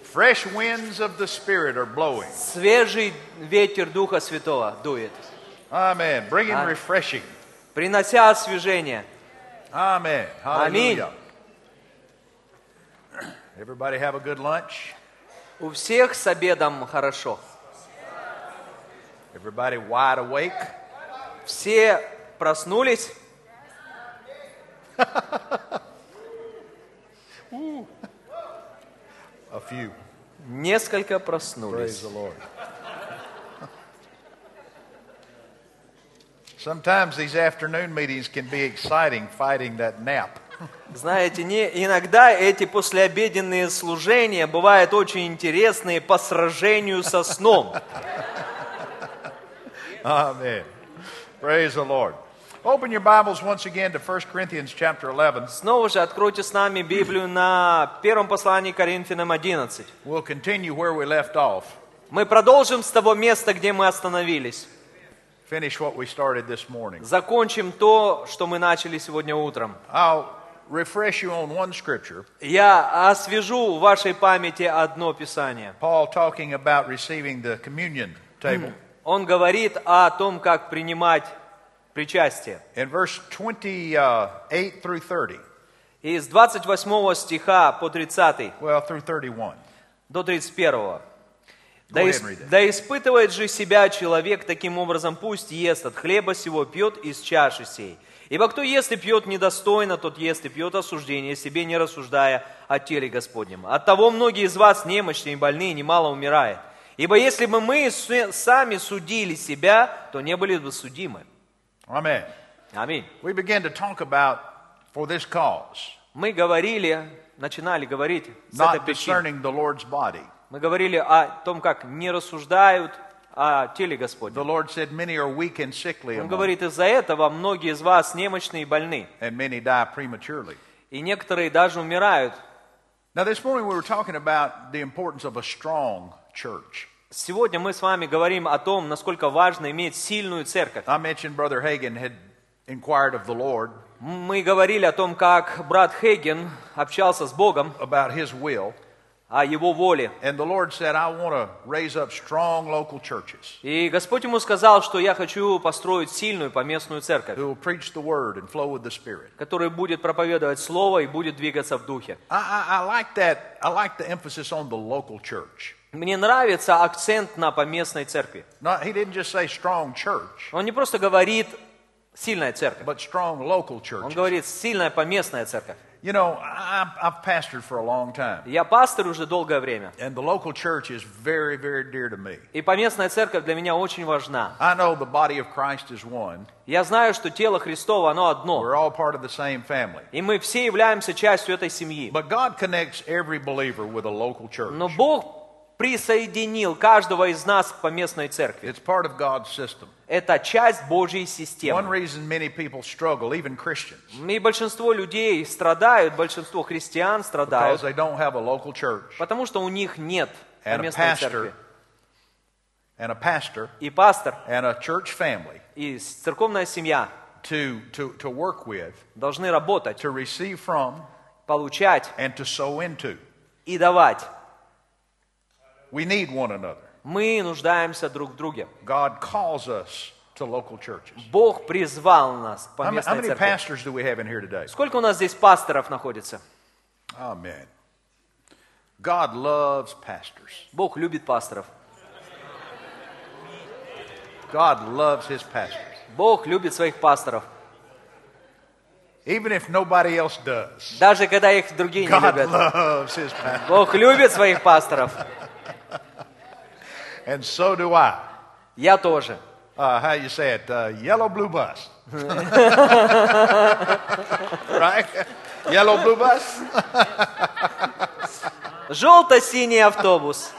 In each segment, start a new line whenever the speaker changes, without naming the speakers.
Fresh winds of the Spirit are blowing.
Свежий ветер Духа Святого дует,
Amen. Bringing
Amen.
refreshing.
принося освежение.
Amen.
Amen.
Hallelujah. Everybody have a good lunch.
У всех с обедом хорошо.
Everybody wide awake.
Все проснулись.
A few.
Несколько
Praise
проснулись.
the Lord. Sometimes these afternoon meetings can be exciting fighting that nap.
Знаете, не, иногда эти послеобеденные служения бывают очень интересные по сражению со сном.
Amen. Praise the Lord. Open your Bibles once again to 1 Corinthians chapter 11.
Снова же откройте с нами Библию на первом послании к Коринфянам 11.
We'll continue where we left off,
Мы продолжим с того места, где мы остановились.
finish what we started this morning.
Закончим то, что мы начали сегодня утром.
I'll refresh you on one scripture.
Я освежу в вашей памяти одно писание.
Paul talking about receiving the communion table.
Он говорит о том, как принимать причастие.
In verse 28 through 30,
И с 28 стиха по 30
well, through 31.
до 31. Да,
ahead,
ис-
read that.
да испытывает же себя человек таким образом, пусть ест от хлеба сего, пьет из чаши сей. Ибо кто ест и пьет недостойно, тот ест и пьет осуждение, себе не рассуждая о теле Господнем. Оттого многие из вас немощные и больные немало умирают. Ибо если бы мы су- сами судили себя, то не были бы судимы.
Amen.
Аминь.
We begin to talk about for this cause,
Мы говорили, начинали говорить с этой
not
причины.
discerning the Lord's body.
Мы говорили о том, как не рассуждают о теле
The
Господнем.
Lord said, Many are weak and sickly,
Он
among
говорит, из-за этого многие из вас немощные и больны,
you, and many die prematurely.
и некоторые даже умирают.
Now, this morning we were talking about the importance of a strong church.
Сегодня мы с вами говорим о том, насколько важно иметь сильную церковь.
I mentioned Brother Hagan had inquired of the Lord
Мы говорили о том, как брат Хейген общался с Богом,
about his will,
о его воле.
and the Lord said, I want to raise up strong local churches
И Господь ему сказал, что я хочу построить сильную поместную церковь,
who will preach the word and flow with the Spirit.
которая будет проповедовать Слово и будет двигаться в Духе.
I, I, I like that. I like the emphasis on the local church.
Мне нравится акцент на поместной церкви.
Not, he didn't just say strong church,
Он не просто говорит сильная церковь,
but strong local
он
church.
говорит сильная поместная церковь.
You know, I, I've- I've pastored for a long time,
Я пастор уже долгое время,
and the local church is very, very dear to me.
и поместная церковь для меня очень важна.
I know the body of Christ is one.
Я знаю, что тело Христово, оно одно,
We're all part of the same family.
и мы все являемся частью этой семьи.
But God connects every believer with a local church.
Но Бог присоединил каждого из нас к поместной церкви.
It's part of God's system.
Это часть Божьей
One
системы.
reason many people struggle, even Christians,
И большинство людей страдают, большинство христиан
because
страдают,
they don't have a local church
потому что у них нет
and a
поместной церкви.
pastor and a pastor
И пастор,
and a church family
и церковная семья
to, to, to work with,
должны работать,
to receive from,
получать
and to sow into.
и давать.
We need one another.
Мы нуждаемся друг в друге.
God calls us to local churches.
Бог призвал нас к
How many, how
поместной
many
церкви.
pastors do we have in here today?
Сколько у нас здесь пасторов находится?
Amen. God loves pastors.
Бог любит пасторов.
God loves his pastors,
Бог любит своих пасторов.
even if nobody else does.
Даже когда их другие не
God
любят.
loves his pastors,
Бог любит своих пасторов.
and so do I.
Я тоже.
Uh, how you say it? Uh, yellow blue bus, right? Yellow blue bus.
Желто-синий автобус.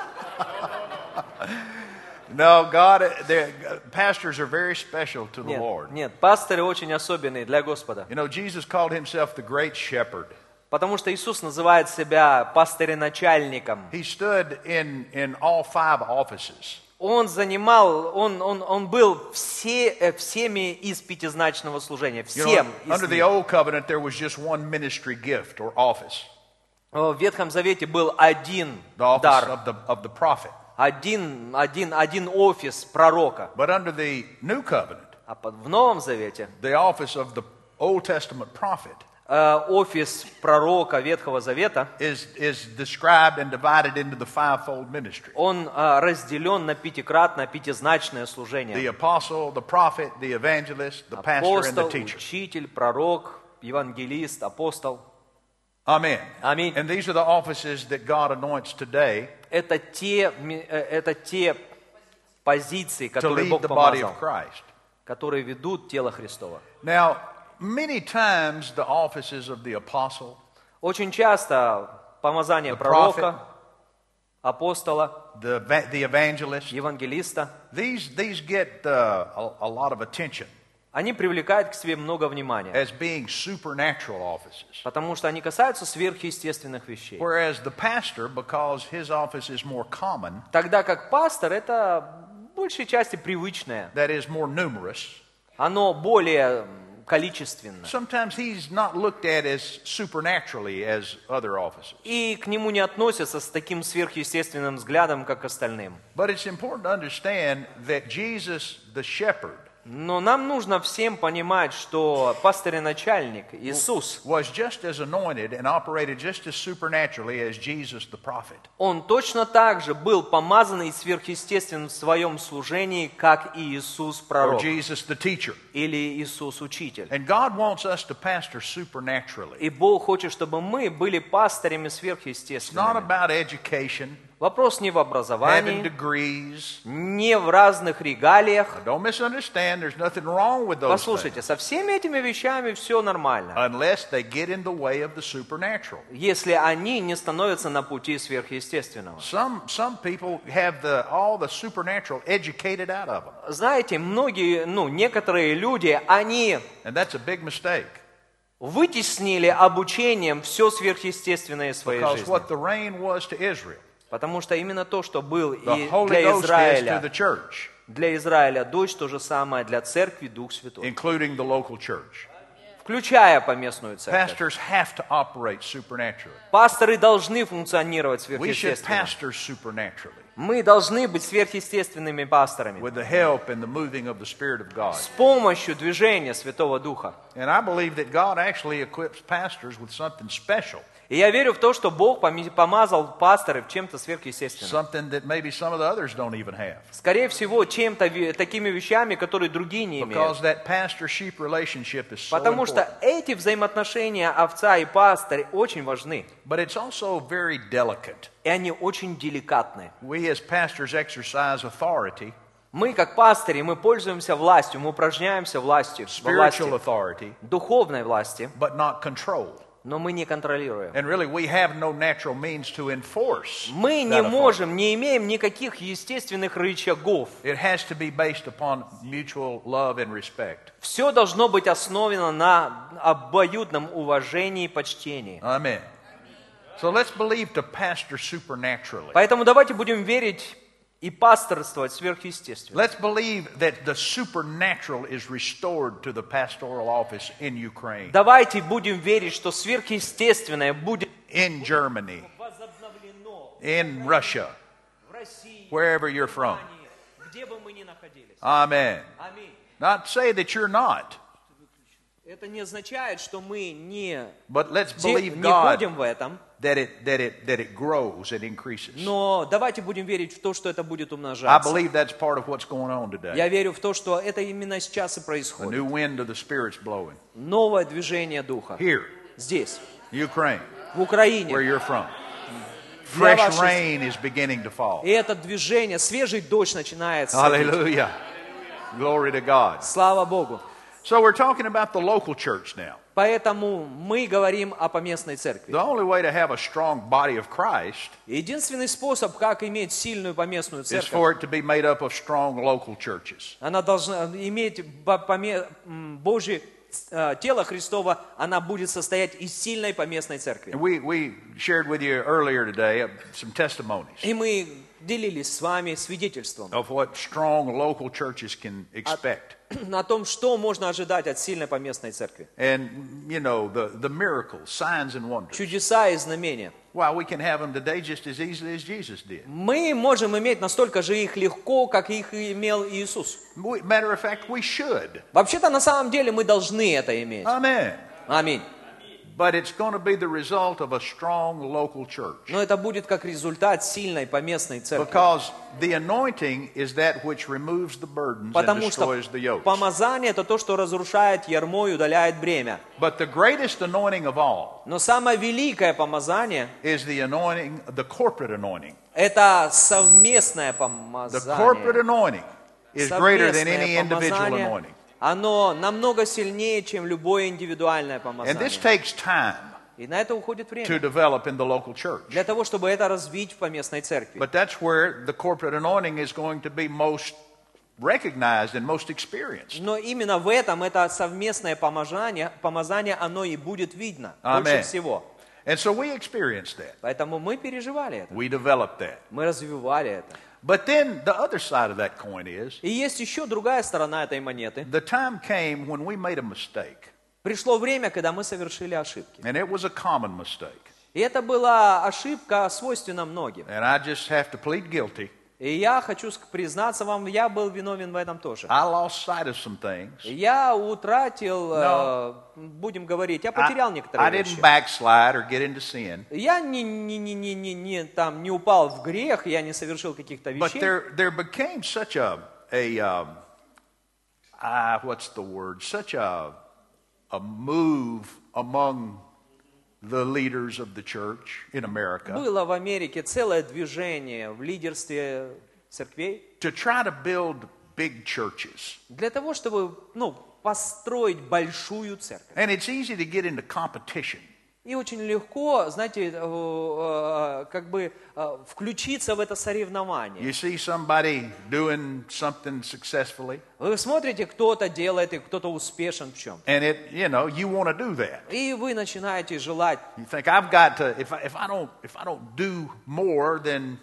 No, God. uh, they're- uh, Pastors are very special to the
Нет,
Lord.
нет, пасторы очень особенные для Господа.
You know, Jesus called himself the Great Shepherd.
Потому что Иисус называет себя пастыреначальником.
He stood in in all five offices.
Он занимал, он, он, он был все, э, всеми из пятизначного служения.
You
Всем
know,
из
under the
них.
old covenant, there was just one ministry gift or office.
э, в Ветхом Завете был один
the office
дар,
of the, of the prophet.
один, один, один офис пророка.
But under the new covenant,
А под- в Новом Завете
the office of the Old Testament prophet
э, офис пророка Ветхого Завета,
is, is described and divided into the fivefold ministry
он э, разделен на пятикратное, пятизначное
the
служение.
apostle, the prophet, the evangelist, the pastor, and the
Апостол,
teacher.
учитель, пророк, евангелист, апостол.
Amen.
Amen.
And these are the offices that God anoints today
Это те, ми- э, это те позиции,
to
которые
lead
Бог
the body of
помазал,
Christ.
которые ведут тело Христова.
Now, many times the offices of the apostle,
Очень часто помазание
The
пророка, апостола,
the, va- the evangelist,
евангелиста,
these, these get uh, a, a lot of attention
они привлекают к себе много внимания,
as being supernatural offices.
потому что они касаются сверхъестественных вещей.
Whereas the pastor, because his office is more common,
Тогда как пастор это в большей части привычное,
that is more numerous,
оно более м, количественно.
sometimes he's not looked at as supernaturally as other offices.
И к нему не относятся с таким сверхъестественным взглядом, как к остальным.
But it's important to understand that Jesus, the shepherd,
Но нам нужно всем понимать, что пастырь и начальник Иисус,
was just as anointed and operated just as supernaturally as Jesus, the prophet.
он точно так же был помазан и сверхъестествен в своем служении, как и Иисус
or
пророк
Jesus the teacher.
или Иисус учитель.
And God wants us to pastor supernaturally.
И Бог хочет, чтобы мы были пастырями
It's not
сверхъестественными.
about education,
Вопрос не в
having
образовании,
degrees.
не в разных регалиях.
Don't misunderstand, there's nothing wrong with those things
Послушайте, со всеми этими вещами все нормально,
unless they get in the way of the supernatural.
если они не становятся на пути сверхъестественного.
Some, some people have the, all the supernatural educated out of them,
Знаете, многие, ну, некоторые люди, они
and that's a big mistake.
вытеснили обучением все сверхъестественное из своей
Because
жизни.
what the rain was to Israel,
Потому что именно то, что был
the
и
Holy
для
Ghost is to the
Израиля,
church,
для Израиля дочь, то же самое для церкви Дух Святой,
including the local church.
включая поместную церковь.
Pastors have to operate supernaturally.
Пасторы должны функционировать
We should
сверхъестественно.
pastor supernaturally
Мы должны быть сверхъестественными пасторами
with the help and the moving of the Spirit of God.
с помощью движения Святого Духа.
And I believe that God actually equips pastors with something special,
И я верю в то, что Бог поми- помазал пасторов чем-то сверхъестественным.
something that maybe some of the others don't even have.
Скорее всего, чем-то ви- такими вещами, которые другие не имеют.
Because that pastor sheep relationship is so
Потому
important.
что эти взаимоотношения овца и пастырь очень важны.
But it's also very delicate.
И они очень деликатны.
We as pastors exercise authority,
Мы, как пастыри, мы пользуемся властью, мы упражняемся властью, во
spiritual
власти,
authority,
духовной власти,
but not control.
но мы не контролируем.
And really, we have no natural means to enforce.
Мы
that
не
authority.
можем, не имеем никаких естественных рычагов.
It has to be based upon mutual love and respect.
Все должно быть основано на обоюдном уважении и почтении.
Amen. So let's believe to pastor supernaturally.
Поэтому давайте будем верить и пасторствовать сверхъестественно.
Let's believe that the supernatural is restored to the pastoral office in Ukraine,
Давайте будем верить, что сверхъестественное будет
in Germany,
возобновлено
in Russia,
в России,
wherever you're from.
где бы мы ни находились.
Amen.
Аминь.
Not say that you're not,
Это не означает, что мы не,
but let's
де-
believe
не
God
ходим в этом,
that it, that it, that it grows and increases.
но давайте будем верить в то, что это будет
I
умножаться.
believe that's part of what's going on today.
Я верю в то, что это именно сейчас и
A
происходит.
new wind of the Spirit's blowing
Новое движение Духа.
here,
Здесь,
Ukraine,
в
where
Украине.
you're from.
Для
Fresh
вашей-
rain is beginning to fall.
И это движение, свежий дождь начинается.
Hallelujah. Glory to God.
Слава Богу.
So we're talking about the local church now.
Поэтому мы говорим о поместной церкви.
The only way to have a strong body of Christ
Единственный способ, как иметь сильную поместную
is
церковь,
for it to be made up of strong local churches.
она должна иметь бо- поме- м, Божье э, тело Христово, она будет состоять из сильной поместной церкви.
And we, we, shared with you earlier today uh, some testimonies
И мы делились с вами свидетельством
of what strong local churches can expect.
о том, что можно ожидать от сильной поместной церкви.
And, you know, the, the miracles, signs, and wonders.
Чудеса и знамения.
Wow, we can have them today just as easily as Jesus did.
Мы можем иметь настолько же их легко, как их и имел Иисус.
We, matter of fact, we should.
Вообще-то, на самом деле, мы должны это иметь.
Amen.
Аминь.
But it's going to be the result of a strong local church.
Но это будет как результат сильной поместной церкви.
Because the anointing is that which removes the burdens and
Потому что
destroys the yokes.
помазание – это то, что разрушает ярмо и удаляет бремя.
But the greatest anointing of all
Но самое великое помазание
is the anointing, the corporate anointing.
– это совместное
The corporate
помазание.
anointing is greater
eh,
than any
Совместное
individual
помазание,
anointing.
Оно намного сильнее, чем любое индивидуальное
And this
помазание.
takes time
И на это уходит
to
время.
develop in the local church.
Для того, чтобы это развить в поместной церкви.
But that's where the corporate anointing is going to be most recognized and most experienced.
Но именно в этом это совместное помазание, помазание, оно и будет видно
Амен.
больше всего.
And so we experienced that.
Поэтому мы переживали это,
We developed that.
мы развивали это.
But then the other side of that coin is
И есть еще другая сторона этой монеты.
the time came when we made a mistake,
Пришло время, когда мы совершили ошибки.
and it was a common mistake.
И это была ошибка, свойственна многим.
And I just have to plead guilty.
И я хочу ск- признаться вам, я был виновен в этом тоже.
I lost sight of some things.
Я утратил, э,
No.
будем говорить, я
А?
потерял
I,
некоторые
I
вещи.
didn't backslide or get into sin,
Я не, не, не, не, не, не, там, не упал в грех, я не совершил каких-то
but
вещей.
there there became such a a um, ah, what's the word? Such a a move among the leaders of the church in America
Было в Америке целое движение в лидерстве церквей
to try to build big churches.
для того, чтобы ну, построить большую церковь.
And it's easy to get into competition.
И очень легко, знаете, э, э, как бы э, включиться в это соревнование.
You see somebody doing something successfully,
Вы смотрите, кто-то делает и кто-то успешен в чем.
and it you know you want to do that.
И вы начинаете желать.
You think I've got to if I, if I don't if I don't do more then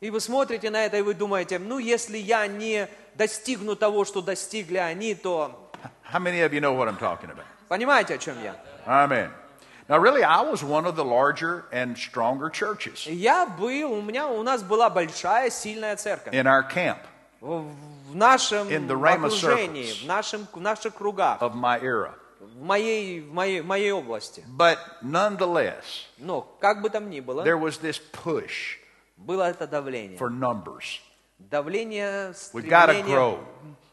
И вы смотрите на это, и вы думаете, ну, если я не достигну того, что достигли они, то...
how many of you know what I'm talking about?
Понимаете, о чем я?
Amen. Now really I was one of the larger and stronger churches
Я был, у меня, у нас была большая, сильная церковь.
in our camp
в нашем
In the realm of
окружении,
circles.
в, нашем, в наших кругах,
of my era.
в моей, в, моей, в моей области.
But nonetheless,
Но как бы там ни было,
there was this push
было это давление.
for numbers.
Давление,
We gotta
стремление.
grow.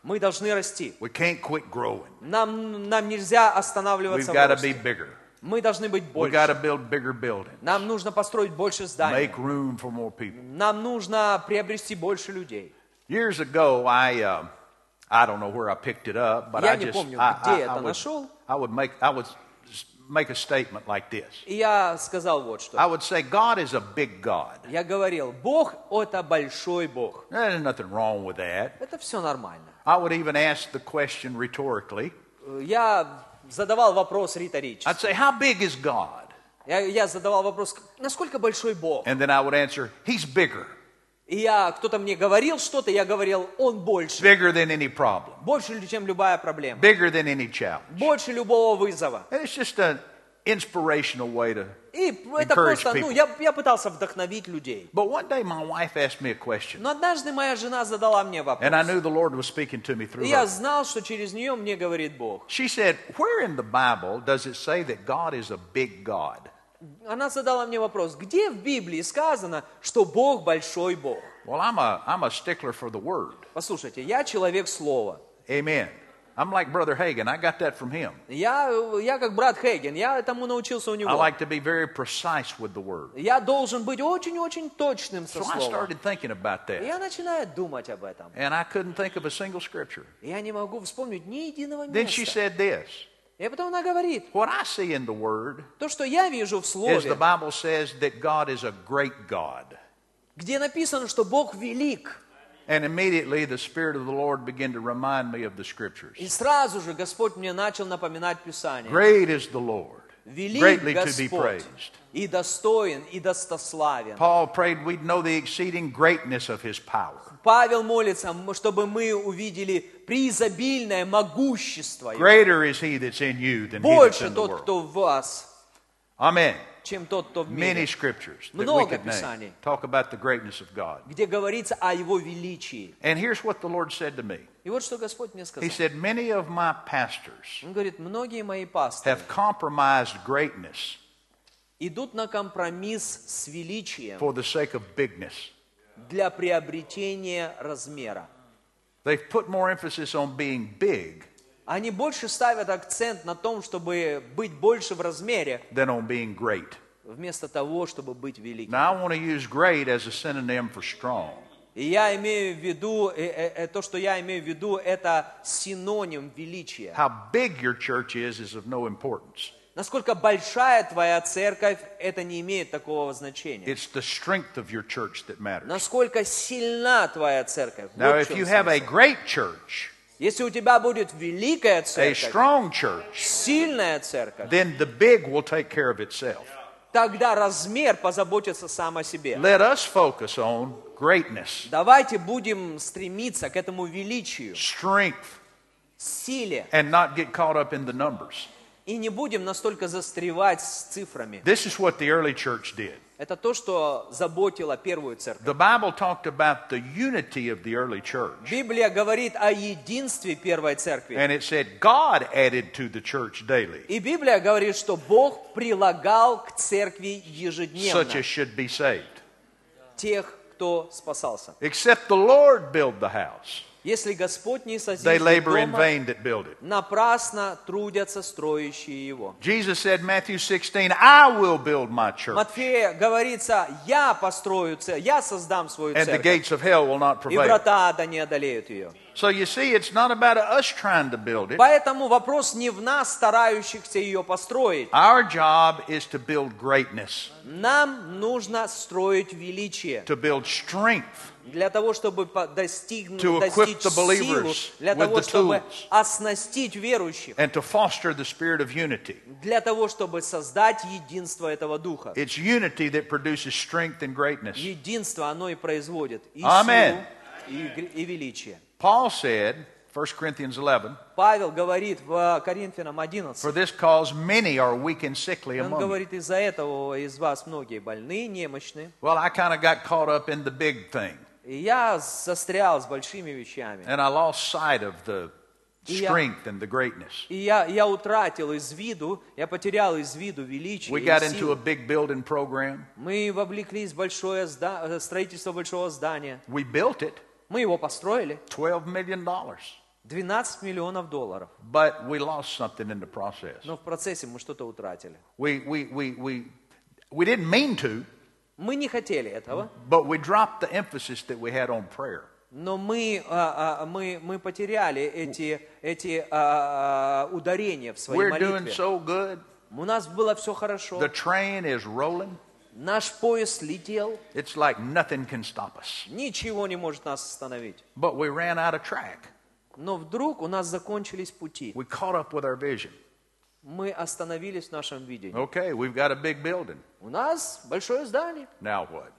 Мы должны расти.
We can't quit growing.
Нам, нам нельзя
We've
останавливаться в
got to
росте.
be bigger.
Мы должны быть
We've
больше.
got to build bigger buildings.
Нам нужно построить больше зданий.
Make room for more people.
Нам нужно приобрести больше людей.
Years ago, I um, I don't know where I picked it up, but
Я
I
не
just
помню,
I,
где
I- I
это
would,
нашел.
I would make I would s- make a statement like this.
И я сказал вот что.
I would say God is a big God.
Я говорил, Бог – это большой Бог.
There's nothing wrong with that.
Это все нормально.
I would even ask the question rhetorically.
Я задавал вопрос риторически.
I'd say, "How big is God?"
Я, я задавал вопрос, насколько большой Бог?
And then I would answer, "He's bigger,
И я, кто-то мне говорил что-то, я говорил, он больше.
bigger than any problem,
Больше, чем любая проблема.
bigger than any challenge."
Больше любого вызова.
And it's just an inspirational way to.
И это просто,
people.
ну, я, я пытался вдохновить людей.
But one day, my wife asked me a question,
Но однажды моя жена задала мне вопрос.
and I knew the Lord was speaking to me
И
through
я
her.
знал, что через нее мне говорит Бог.
She said, Where in the Bible does it say that God is a big God?
Она задала мне вопрос, где в Библии сказано, что Бог большой Бог?
Well, I'm a, I'm a stickler for the word.
Послушайте, я человек слова.
Amen. I'm like Brother Hagan. I got that from him.
Я, э, я как брат Хейген, я этому научился у него.
I like to be very precise with the word.
Я должен быть очень-очень точным со
So I
словом.
started thinking about
И
that.
я начинаю думать об этом.
And I couldn't think of a single scripture.
И Я не могу вспомнить ни единого
Then she
места.
said this
И потом она говорит,
What I see in the word
то, что я вижу в
is the
Слове,
Bible says that God is a great God.
где написано, что Бог велик.
And immediately the Spirit of the Lord began to remind me of the
И
scriptures.
сразу же Господь мне начал напоминать Писание.
Great is the Lord
Велик
greatly to be
Господь
praised.
и достоин, и достославен.
Paul prayed we'd know the exceeding greatness of his power.
Павел молится, м- чтобы мы увидели преизобильное могущество. Его.
Greater is he that's in you than he that's
Больше
in the
тот,
world.
кто в вас,
Amen.
чем тот, кто в
Many
мире.
scriptures that we
Много
could name
Писаний.
talk about the greatness of God.
Где говорится о его величии.
And here's what the Lord said to me
И вот что Господь мне сказал.
He said, Many of my pastors
Он говорит, многие мои пасторы
have compromised greatness
идут на компромисс с величием
for the sake of bigness.
для приобретения размера.
They've put more emphasis on being big
Они больше ставят акцент на том, чтобы быть больше в размере,
than on being great.
вместо того, чтобы быть великим.
Now, I want to use great as a synonym for strong.
И я имею в виду, э, э, э, то, что я имею в виду, это синоним величия.
How big your church is is of no importance.
Насколько большая твоя церковь, это не имеет такого значения.
It's the strength of your church that matters.
Насколько сильна твоя церковь. вот
Now,
в
if
чем
you have a
смысл.
great church,
Если у тебя будет великая
a
церковь,
strong church,
сильная церковь,
then the big will take care of itself.
тогда размер позаботится сам о себе.
Let us focus on greatness,
Давайте будем стремиться к этому величию,
strength,
силе,
and not get caught up in the numbers.
и не будем настолько застревать с цифрами.
This is what the early church did.
Это то, что заботило первую церковь.
The Bible talked about the unity of the early church,
Библия говорит о единстве первой церкви.
and it said God added to the church daily.
И Библия говорит, что Бог прилагал к церкви
such
ежедневно
as should be saved.
тех, кто спасался.
Except the Lord build the house.
Если Господь не
They
созидает
labor in
дома,
vain that build it.
напрасно трудятся строящие его.
Jesus said, Matthew 16, I will build my church,
Матфея говорится, я построю церковь, я создам свою
and the
церковь,
gates of hell will not
и
prevail.
врата ада не одолеют ее.
So you see, it's not about us trying to build it.
Поэтому вопрос не в нас, старающихся ее построить.
Our job is to build greatness,
Нам нужно строить величие.
to build strength,
для того, чтобы по- достигнуть,
To equip
достичь
the
силу,
believers
для
with
того,
the
чтобы
tools.
оснастить верующих,
and to foster the spirit of unity.
для того, чтобы создать единство этого духа.
It's unity that produces strength and greatness.
Единство оно и производит и
Amen.
силу, и, гр- и величие.
Paul said, 1 Corinthians 11,
Павел говорит в э, Коринфянам
For
11,
this cause many are weak and sickly
он
among you.
говорит, из-за этого из вас многие больны, немощны.
Well, I kind of got caught up in the big thing,
И я застрял с большими вещами.
and I lost sight of the
Yeah.
strength and the greatness.
И я, я утратил из виду, я потерял из виду величие
We
и
got into
силу.
a big building program.
Мы вовлеклись в большое зда- э, строительство большого здания.
We built it,
Мы его построили.
$12 million,
12 миллионов долларов.
but we lost something in the process.
Но в процессе мы что-то утратили.
We, we, we, we, we didn't mean to,
Мы не хотели этого,
but we dropped the emphasis that we had on prayer.
но мы, а, а, мы, мы потеряли эти, эти а, а, ударения в своей
We're doing
молитве.
so good.
У нас было все хорошо.
The train is rolling.
Наш поезд летел.
It's like nothing can stop us.
Ничего не может нас остановить.
But we ran out of track.
Но вдруг у нас закончились пути.
We caught up with our vision.
Мы остановились в нашем видении.
Okay, we've got a big building.
У нас большое здание.
Now what?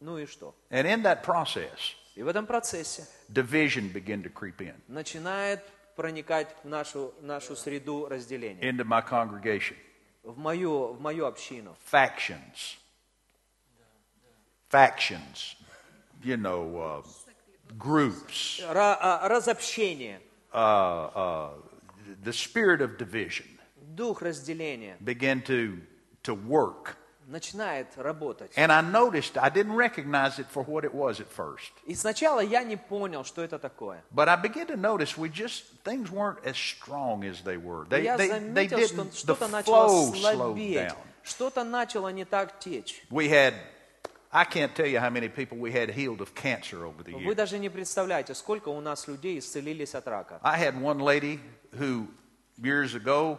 Ну и что?
And in that process,
И в этом процессе
division began to creep in
начинает проникать в нашу, нашу среду разделения,
into my congregation.
в мою, в мою общину.
Factions. Factions. You know, uh, groups.
Ра- а, разобщение,
Uh, uh, the spirit of division
дух разделения
began to, to work.
начинает работать.
And I noticed, I didn't recognize it for what it was at first.
И сначала я не понял, что это такое.
But I began to notice we just, things weren't as strong as they were.
Но
They,
я
they, they
заметил, что
didn't, the
что-то
flow
начало
slowed
слабеть,
down.
что-то начало не так течь.
We had, I can't tell you how many people we had healed of cancer over the
Вы
years.
даже не представляете, сколько у нас людей исцелились от рака.
I had one lady who years ago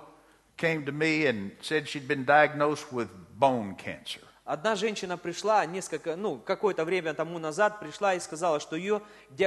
came to me and said she'd been diagnosed with bone cancer.
Одна женщина пришла несколько, ну, какое-то время тому назад пришла и сказала, что ее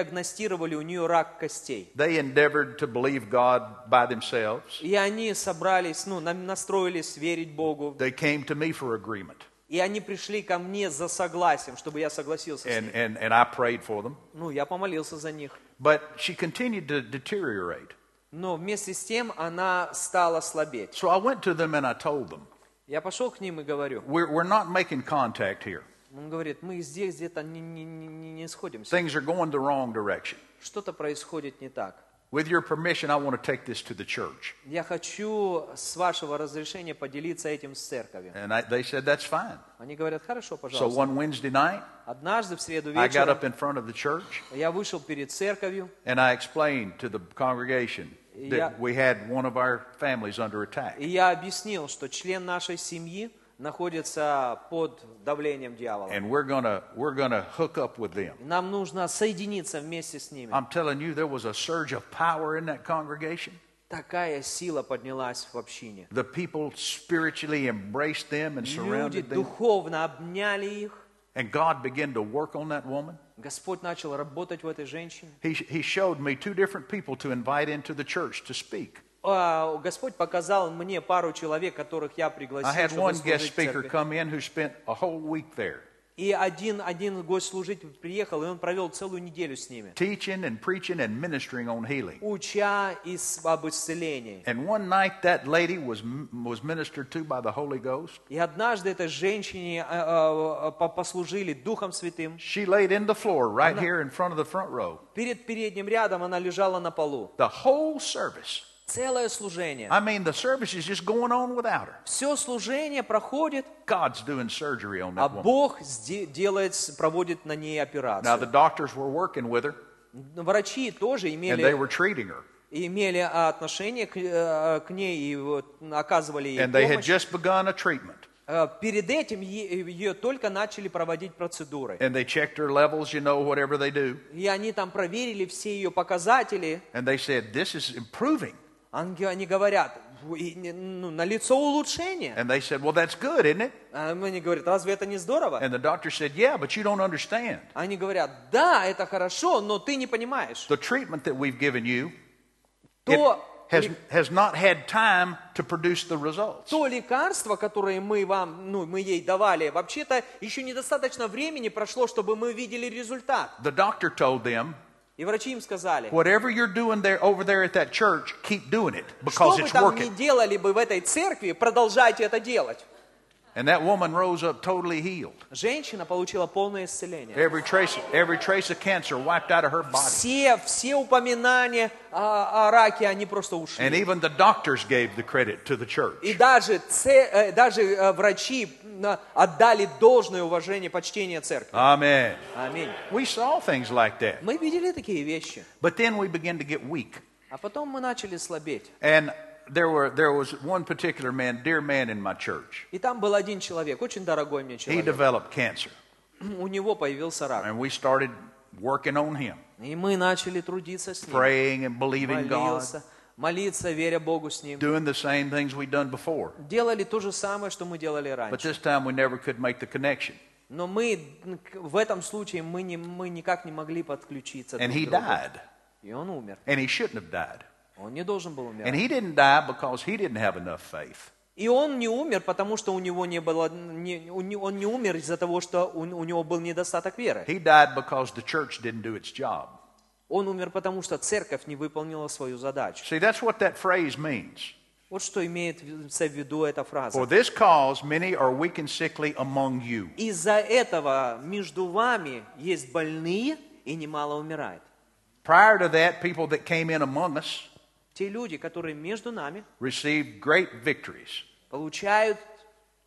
диагностировали, у нее рак костей.
They endeavored to believe God by themselves.
И они собрались, ну, на- настроились верить Богу.
They came to me for agreement,
И они пришли ко мне за согласием, чтобы я согласился с
and,
ним.
and, and I prayed for them.
Ну, я помолился за них.
But she continued to deteriorate.
Но вместе с тем она стала слабеть.
So I went to them and I told them,
Я пошел к ним и говорю.
We're, we're not making contact here.
Он говорит, мы здесь где-то не, не- не- не- не сходимся.
Things are going the wrong direction.
Что-то происходит не так.
With your permission, I want to take this to the church.
Я хочу с вашего разрешения поделиться этим с церковью.
And I, they said, That's fine.
Они говорят, хорошо,
So
пожалуйста.
one Wednesday night,
Однажды в среду
I got up
вечером
in front of the church
я вышел перед церковью.
and I explained to the congregation
Yeah.
that we had one of our families under attack.
И я объяснил, что член нашей семьи находится под давлением дьявола.
And we're going to we're gonna hook up with them.
И Нам нужно соединиться вместе с ними.
I'm telling you, there was a surge of power in that congregation.
Такая сила поднялась в общине.
The people spiritually embraced them and
Люди
surrounded them.
духовно обняли их.
And God began to work on that woman.
Господь начал работать в этой женщине.
He, he showed me two different people to invite into the church to speak.
А, Господь показал мне пару человек, которых я пригласил,
I had
чтобы
one
служить
guest
в
speaker
церкви.
come in who spent a whole week there,
И один, один гость-служитель приехал, и он провел целую неделю с ними,
teaching and preaching and ministering on healing.
уча из, об исцелении.
And one night, that lady was, was ministered to by the Holy Ghost.
И однажды этой женщине а, а, по- послужили Духом Святым.
She laid in the floor right here in front of the front row.
Перед передним рядом она лежала на полу.
The whole service.
Целое служение.
I mean, the service is just going on without her.
Все служение проходит,
God's doing surgery on
а
that woman.
Бог сде- делает, с- проводит на ней
Now, the
операцию.
doctors were working with her,
Врачи тоже
and they
имели
were treating her.
имели а, отношение к, э, к ней и вот, оказывали ей
And they had
помощь.
just begun a treatment.
Э, Перед этим е- ее только начали проводить процедуры.
And they checked her levels, you know, whatever they do.
И они там проверили все ее показатели.
And they said, This is improving.
Анги- Они говорят, «Фу, и не- ну, на лицо улучшение.
And they said, Well, that's good, isn't it?
А Они говорят, разве это не здорово?
And the doctor said, Yeah, but you don't understand.
Они говорят, да, это хорошо, но ты не понимаешь.
The treatment that we've given you it
То,
has, has not had time to produce the results.
то лекарство, которое мы вам, ну, мы ей давали, вообще-то еще недостаточно времени прошло, чтобы мы видели результат.
The doctor told them,
И врачи им сказали,
Whatever you're doing there over there at that church, keep doing it
Что
because
бы
it's
там ни
working.
делали бы в этой церкви, продолжайте это делать.
And that woman rose up totally healed.
Женщина получила полное исцеление.
Every trace, every trace of cancer wiped out of her body.
Все, все упоминания о, о раке, они просто
And
ушли.
even the doctors gave the credit to the church.
И даже, це- э, даже э, врачи на- отдали должное уважение, почтение церкви.
Amen.
Аминь.
We saw things like that.
Мы видели такие вещи,
But then we began to get weak.
а потом мы начали слабеть.
And there, were, there was one particular man, dear man in my church.
И там был один человек, очень дорогой мне
He
человек.
developed cancer.
У него появился рак.
And we started working on him,
И мы начали трудиться с ним.
praying and believing God,
Молился, молиться, веря Богу с ним.
doing the same things we'd done before.
делали то же самое, что мы делали
But
раньше.
this time we never could make the connection.
Но мы м, к- в этом случае мы, не, мы никак не могли подключиться
And
друг
he
к другу.
died.
И он умер.
And he shouldn't have died.
Он не должен был
And
умирать.
he didn't die because he didn't have enough faith.
И он не умер, потому что у него не было, не- у не- он не умер из-за того, что у, у него был недостаток веры.
He died because the church didn't do its job.
Он умер, потому что церковь не выполнила свою задачу.
See, that's what that phrase means.
Вот что имеет в в виду эта
For
фраза.
this cause, many are weak and sickly among you.
Из-за этого между вами есть больные и немало умирает.
Prior to that, people that came in among us
Те люди, которые между нами,
received great victories.
получают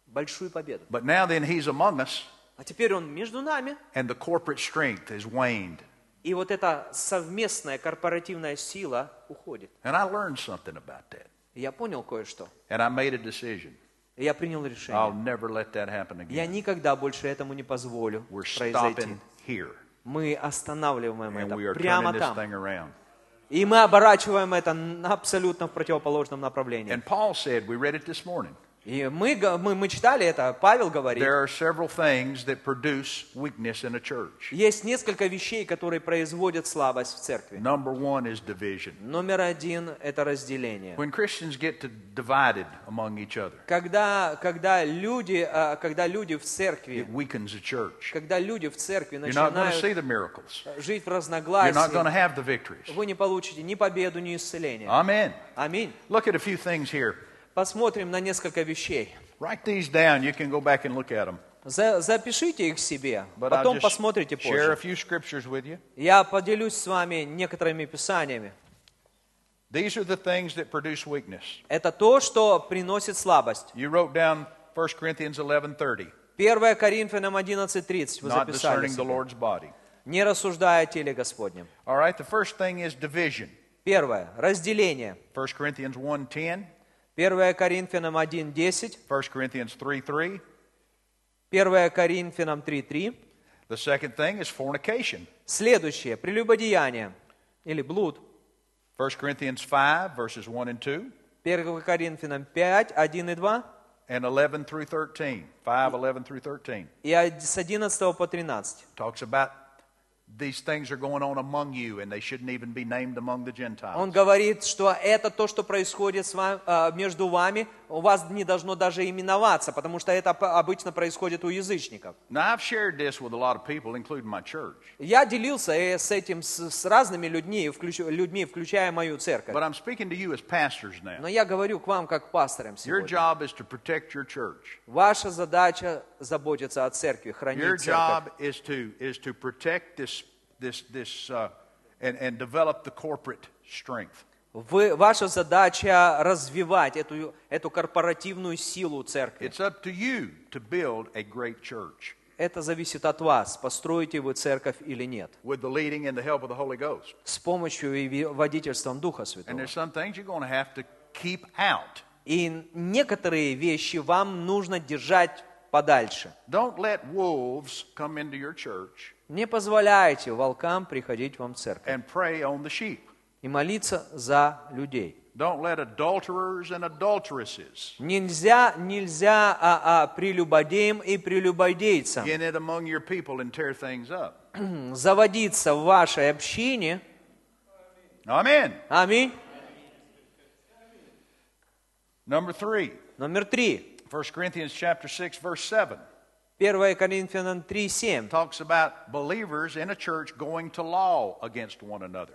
большую победу.
But now then, he's among us,
А теперь он между нами,
and the corporate strength has waned.
и вот эта совместная корпоративная сила уходит.
And I learned something about that.
И Я понял кое-что.
And I made a decision.
И Я принял
I'll
решение.
never let that happen
Я
again.
никогда больше этому не позволю
We're
произойти.
stopping here.
Мы останавливаем
And
это
we are
прямо
turning this
там.
thing around.
И мы оборачиваем это н- абсолютно в противоположном направлении.
And Paul said, we read it this morning.
И мы, га- мы, мы читали это, Павел говорит.
There are several things that produce weakness in a church.
Есть несколько вещей, которые производят слабость в церкви.
Number one is division.
Номер один – это разделение.
When Christians get to divided among each other,
Когда, когда, люди, а, когда люди в церкви,
it weakens the church.
когда люди в церкви
You're not going to see
начинают
the miracles.
жить
You're not going
в
to
разногласии,
have the victories.
вы не получите ни победу, ни исцеление.
Amen.
Аминь.
Look at a few things here.
Посмотрим на несколько вещей.
Write these down. You can go back and look at them.
За- запишите их себе,
But I'll
потом
just
посмотрите
share a
позже.
few scriptures with you.
Я поделюсь с вами некоторыми писаниями.
These are the things that produce weakness.
Это то, что приносит слабость.
You wrote down 1 Corinthians 11:30,
1 Коринфянам 11.30 вы
not
записали.
discerning the
себе.
Lord's body.
Не рассуждая о теле Господнем.
All right, the first thing is division.
Первое. Разделение.
1 Corinthians 1:10,
1 Коринфянам 1.10,
1 Corinthians 3:3.
1 Коринфянам 3.3.
The second thing is fornication.
Следующее. Прелюбодеяние или блуд.
1 Corinthians 5 verses 1 and 2
1 Коринфянам 5, 1 и 2
and 11 through 13. 5 11 through 13
и од- с 11 по 13.
talks about these things are going on among you and they shouldn't even be named among the Gentiles.
Он говорит, что это то, что происходит с вами, э, между вами, у вас не должно даже именоваться, потому что это п- обычно происходит у язычников.
Now, I've shared this with a lot of people, including my church,
Я делился э, с этим с, с разными людьми, включ- людьми, включая мою церковь.
but I'm speaking to you as pastors now.
Но я говорю к вам как пасторам
Your
сегодня.
job is to protect your church.
Ваша задача заботиться о церкви,
Your
хранить церковь.
job is to is to protect this this this uh, and and develop the corporate strength.
Вы, ваша задача развивать эту, эту корпоративную силу церкви.
It's up to you to build a great church
Это зависит от вас, построите вы церковь или нет.
with the leading and the help of the Holy Ghost.
С помощью и ви- водительством Духа
And
Святого.
there's some things you're going to have to keep out.
И некоторые вещи вам нужно держать подальше.
Don't let wolves come into your church
Не позволяйте волкам приходить вам в церковь
and prey on the sheep.
и молиться за людей.
Don't let adulterers and adulteresses
Нельзя, нельзя а, а, прелюбодеям и прелюбодейцам
get in among your people and tear things up.
заводиться в вашей общине.
Amen.
Аминь.
Number three,
Номер три.
1 Corinthians chapter 6, verse 7
1 Коринфянам 3, 7.
talks about believers in a church going to law against one another.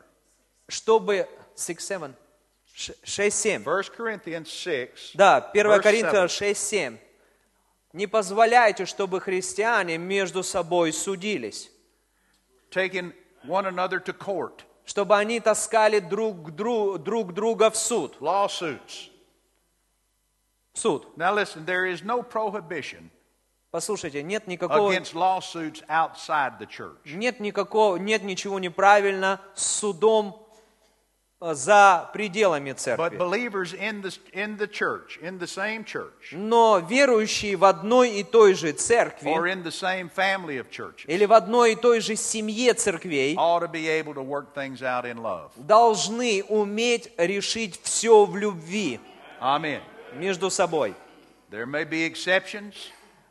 Чтобы... 6, 7. 6, 7.
1 Corinthians 6.
Да, 1
verse 7.
Коринфянам 6, 7. Не позволяйте, чтобы христиане между собой судились,
Taking one another to court,
чтобы они таскали друг, дру- друг друга в суд.
lawsuits.
В суд.
Now listen, there is no prohibition
Послушайте, нет никакого...
against lawsuits outside the church.
Нет никакого, нет ничего неправильно с судом э, за пределами
But
церкви.
believers in the, in the church, in the same church,
Но верующие в одной и той же
or
церкви
in the same family of churches,
или в одной и той же семье церквей
ought to be able to work things out in love.
должны уметь решить все в любви
Amen.
между собой.
There may be exceptions,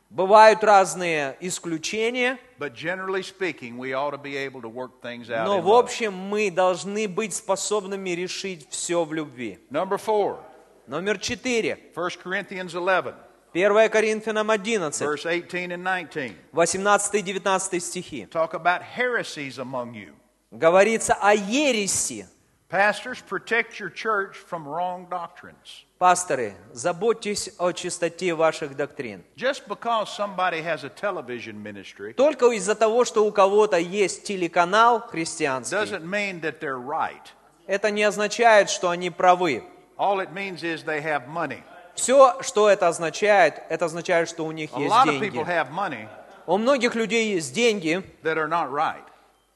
Бывают разные исключения,
but generally speaking, we ought to be able to work things out
но
in
в
love.
общем мы должны быть способными решить все в любви.
Number four,
Номер четыре.
1 Corinthians 11,
1 Коринфянам 11,
verse 18 and 19.
18 и 19 стихи.
Talk about heresies among you.
Говорится о ереси.
Pastors, protect your church from wrong doctrines.
Пасторы, заботьтесь о чистоте ваших доктрин.
Just because somebody has a television ministry
Только из-за того, что у кого-то есть телеканал христианский,
doesn't mean that they're right.
это не означает, что они правы.
All it means is they have money.
Все, что это означает, это означает, что у них
A
есть
lot of people
деньги.
have money
У многих людей есть деньги,
that are not right.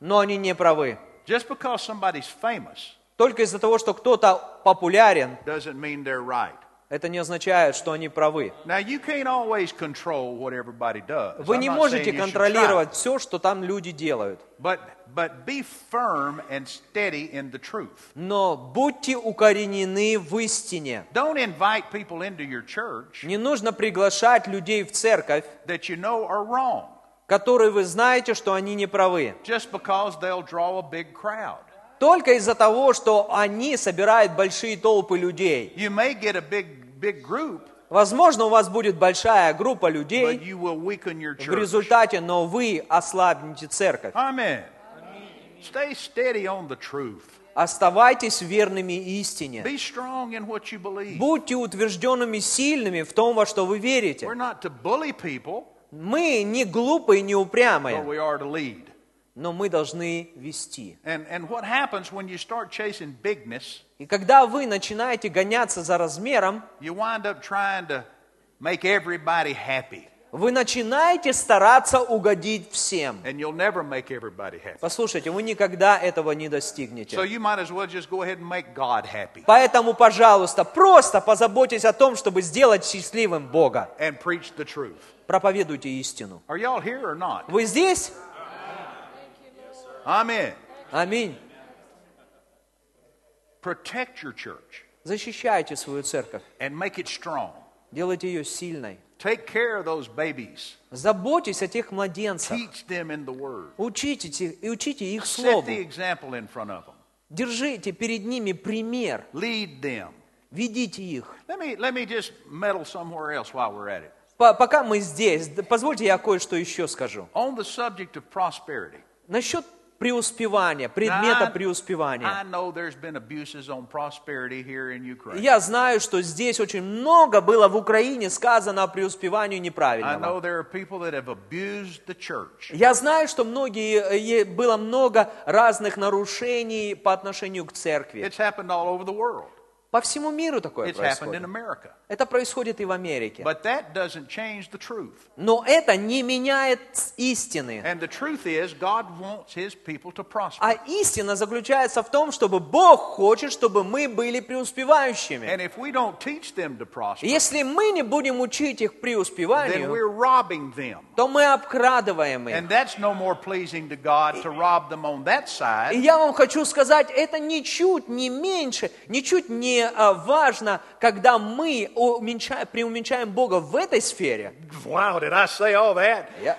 но они не правы.
Just because somebody's famous
Только из-за того, что кто-то популярен,
doesn't mean they're right.
Это не означает, что они правы.
Now, you can't always control what everybody does.
Вы
I'm
не
not
можете
saying you should
контролировать все, что там люди делают.
try. But, but be firm and steady in the truth.
Но будьте укоренены в истине.
Don't invite people into your church
Не нужно приглашать людей в церковь,
that you know are wrong
которые вы знаете, что они не правы.
just because they'll draw a big crowd.
Только из-за того, что они собирают большие толпы людей.
You may get a big, big group,
Возможно, у вас будет большая группа
but
людей
you will weaken your
в
church.
результате, но вы ослабните церковь.
Amen. Stay steady on the truth.
Оставайтесь верными истине.
Be strong in what you believe.
Будьте утвержденными сильными в том, во что вы
We're
верите.
not to bully people,
Мы не глупые, не
but
упрямые,
we are to lead.
но мы должны вести.
And, and what happens when you start chasing bigness,
И когда вы начинаете гоняться за размером,
you wind up trying to make everybody happy,
вы начинаете стараться угодить всем.
and you'll never make everybody happy.
Послушайте, вы никогда этого не
So
достигнете.
you might as well just go ahead and make God happy
Поэтому, пожалуйста, просто позаботьтесь о том, чтобы сделать счастливым Бога.
and preach the truth.
Проповедуйте истину.
Are y'all here or not?
Вы здесь?
Amen.
Аминь.
Protect your church
Защищайте свою церковь.
and make it strong.
Делайте ее сильной.
Take care of those babies.
Заботьтесь о тех младенцах.
Teach them in the Word.
Учите, те- и учите их
Set the
слову.
example in front of them.
Держите перед ними пример.
Lead them.
Ведите их.
Let me, let me just meddle somewhere else while we're at it.
По- пока мы здесь, д- позвольте я кое-что еще скажу.
On the subject of prosperity.
Насчет преуспевания,
Now,
предмета
I
преуспевания.
know there's been abuses on prosperity here in Ukraine.
Я знаю, что здесь очень много было в Украине сказано о преуспевании
I
неправильного.
know there are people that have abused the church.
Я знаю, что многие, э, е- было много разных нарушений по отношению к церкви.
It's happened all over the world.
По всему миру такое
It's happened in
происходит.
America.
Это происходит и в Америке.
But that doesn't change the truth.
Но это не меняет с- истины.
And the truth is, God wants His people to
А
prosper.
истина заключается в том, чтобы Бог хочет, чтобы мы были преуспевающими.
And if we don't teach them to prosper,
Если мы не будем учить их
then
преуспеванию,
we're robbing them.
то мы обкрадываем их.
And that's no more pleasing to God to rob them on that
И
side
я вам хочу сказать, это ничуть не меньше, ничуть не а, важно, когда мы уменьша- преуменьшаем Бога в этой сфере,
Wow, did I say all that?
Yeah.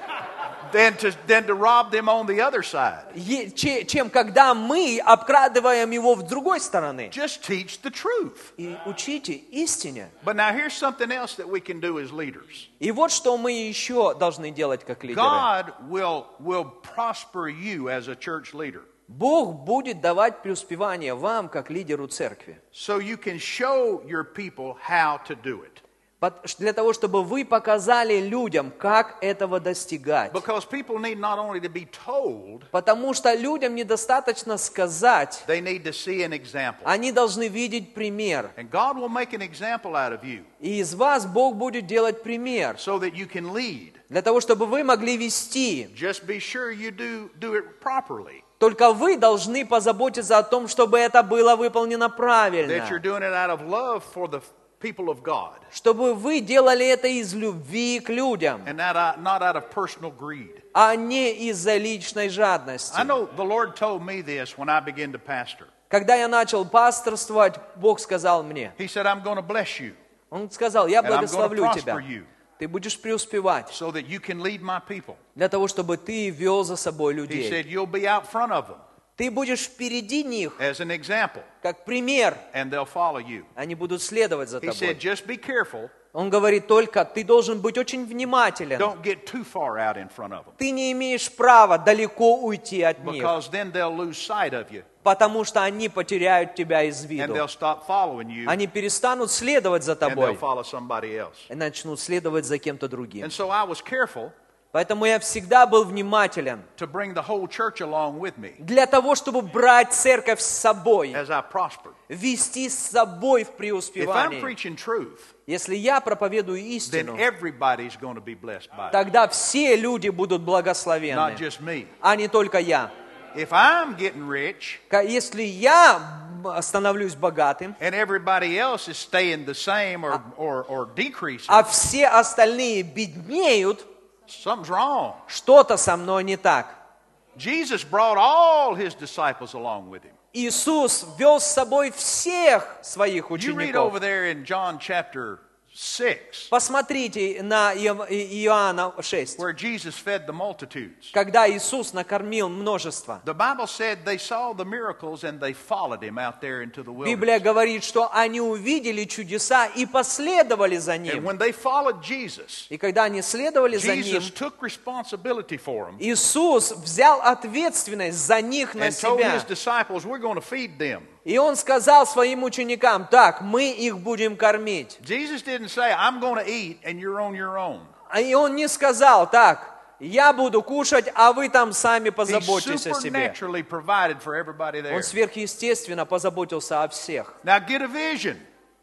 Than to than to rob them on the other side.
е- че- чем когда мы обкрадываем Его в другой стороны.
Just teach the truth.
И учите истине.
But now here's something else that we can do as leaders.
И вот что мы еще должны делать как лидеры.
God will will prosper you as a church leader
Бог будет давать преуспевание вам, как лидеру церкви,
so you can show your people how to do it.
Пот- ш- для того, чтобы вы показали людям, как этого достигать.
Because people need not only to be told,
Потому что людям недостаточно сказать,
they need to see an example.
Они должны видеть пример.
And God will make an example out of you
И из вас Бог будет делать пример,
so that you can lead.
для того, чтобы вы могли вести.
Just be sure you do do it properly.
Только вы должны позаботиться о том, чтобы это было выполнено
That you're
правильно.
doing it out of love for the people of God
Чтобы вы делали это из любви к людям,
and not out, not out of personal greed.
а не из-за личной жадности.
I know the Lord told me this when I began to pastor.
Когда я начал пасторствовать, Бог сказал мне,
He said, "I'm going to bless you
Он сказал, я
And I'm gonna
благословлю тебя,
prosper you.
ты будешь преуспевать,
so that you can lead my people."
для того, чтобы ты вел за собой
He
людей.
said, "You'll be out front of them
Ты будешь впереди них,
as an example,
как пример.
and they'll follow you."
Они будут следовать за
He said,
тобой.
"Just be careful.
Он говорит только, ты должен быть очень внимателен.
Don't get too far out in front of them,
Ты не имеешь права далеко уйти от них,
because then they'll lose sight of you
потому что они потеряют тебя из
and they'll
виду.
stop following you
Они перестанут следовать за
and they'll
тобой
follow somebody else."
и начнут следовать за кем-то другим.
And so I was careful
Поэтому я всегда был внимателен
to bring the whole church along with me.
для того, чтобы брать церковь с собой,
as I prospered.
вести с собой в
If I'm
преуспевании.
preaching truth,
Если я проповедую
then
истину,
everybody's going to be blessed by
тогда все люди будут а
it, not
благословенны,
just me.
а не только я.
If I'm getting rich,
Ка- Если я б- становлюсь богатым,
and everybody else is staying the same or, or, or decreasing,
а все остальные беднеют,
something's wrong.
что-то со мной не так.
Jesus brought all his disciples along with him.
Иисус вел с собой всех своих
You read over
учеников.
there in John chapter 6,
Посмотрите на Иов- И- Иоанна 6,
where Jesus fed the multitudes.
когда Иисус накормил множество.
The Bible said they saw the miracles and they followed him out there into the wilderness.
Библия говорит, что они увидели чудеса и последовали за
And
Ним.
when they followed Jesus,
И когда они следовали за Ним,
Jesus took responsibility for them
Иисус взял ответственность за них на
and told his
себя.
disciples, We're going to feed them.
И Он сказал своим ученикам, так, мы их будем кормить.
Jesus didn't say, I'm going to eat and you're on your own.
А И Он не сказал, так, я буду кушать, а вы там сами
He
позаботьтесь о себе.
supernaturally provided for everybody there.
Он сверхъестественно позаботился о всех.
Now get a vision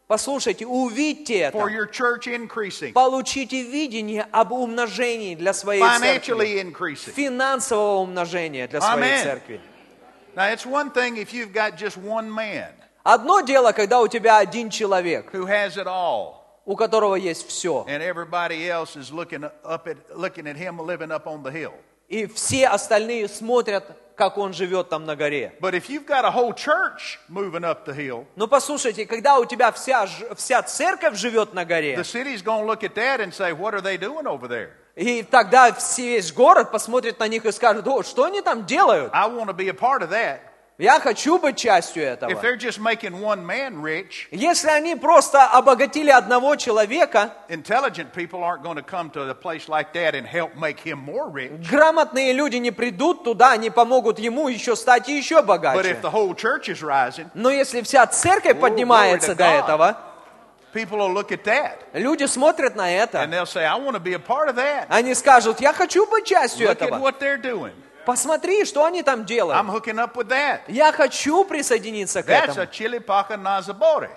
Послушайте, увидьте
for
это.
your church increasing,
Получите видение об умножении для своей церкви.
financially increasing.
Финансового умножения для своей
Amen.
церкви.
Now it's one thing if you've got just one man
Одно дело, когда у тебя один человек,
who has it all,
у которого есть все,
and everybody else is looking up at looking at him living up on the hill.
и все остальные смотрят, как он живет там на горе.
But if you've got a whole church moving up the hill,
Но послушайте, когда у тебя вся, ж- вся церковь живет на горе,
the city's going to look at that and say, "What are they doing over there?"
и тогда все- весь город посмотрит на них и скажет, о, что они там делают?
I want to be a part of that.
Я хочу быть частью
If
этого.
they're just making one man rich,
Если они просто обогатили одного человека,
intelligent people aren't going to come to a place like that and help make him more rich.
грамотные люди не придут туда, не помогут ему еще стать еще
But if
богаче.
the whole church is rising,
Но если вся церковь
Oh,
поднимается
glory to
до
God.
этого,
people will look at that
люди смотрят на
and
это.
they'll say, "I want to be a part of that."
Они скажут, я хочу быть частью
Look at
этого.
what they're doing.
Посмотри, что они там
I'm
делают.
hooking up with that.
Я хочу присоединиться к
That's a
этому.
chilipaca nazabore.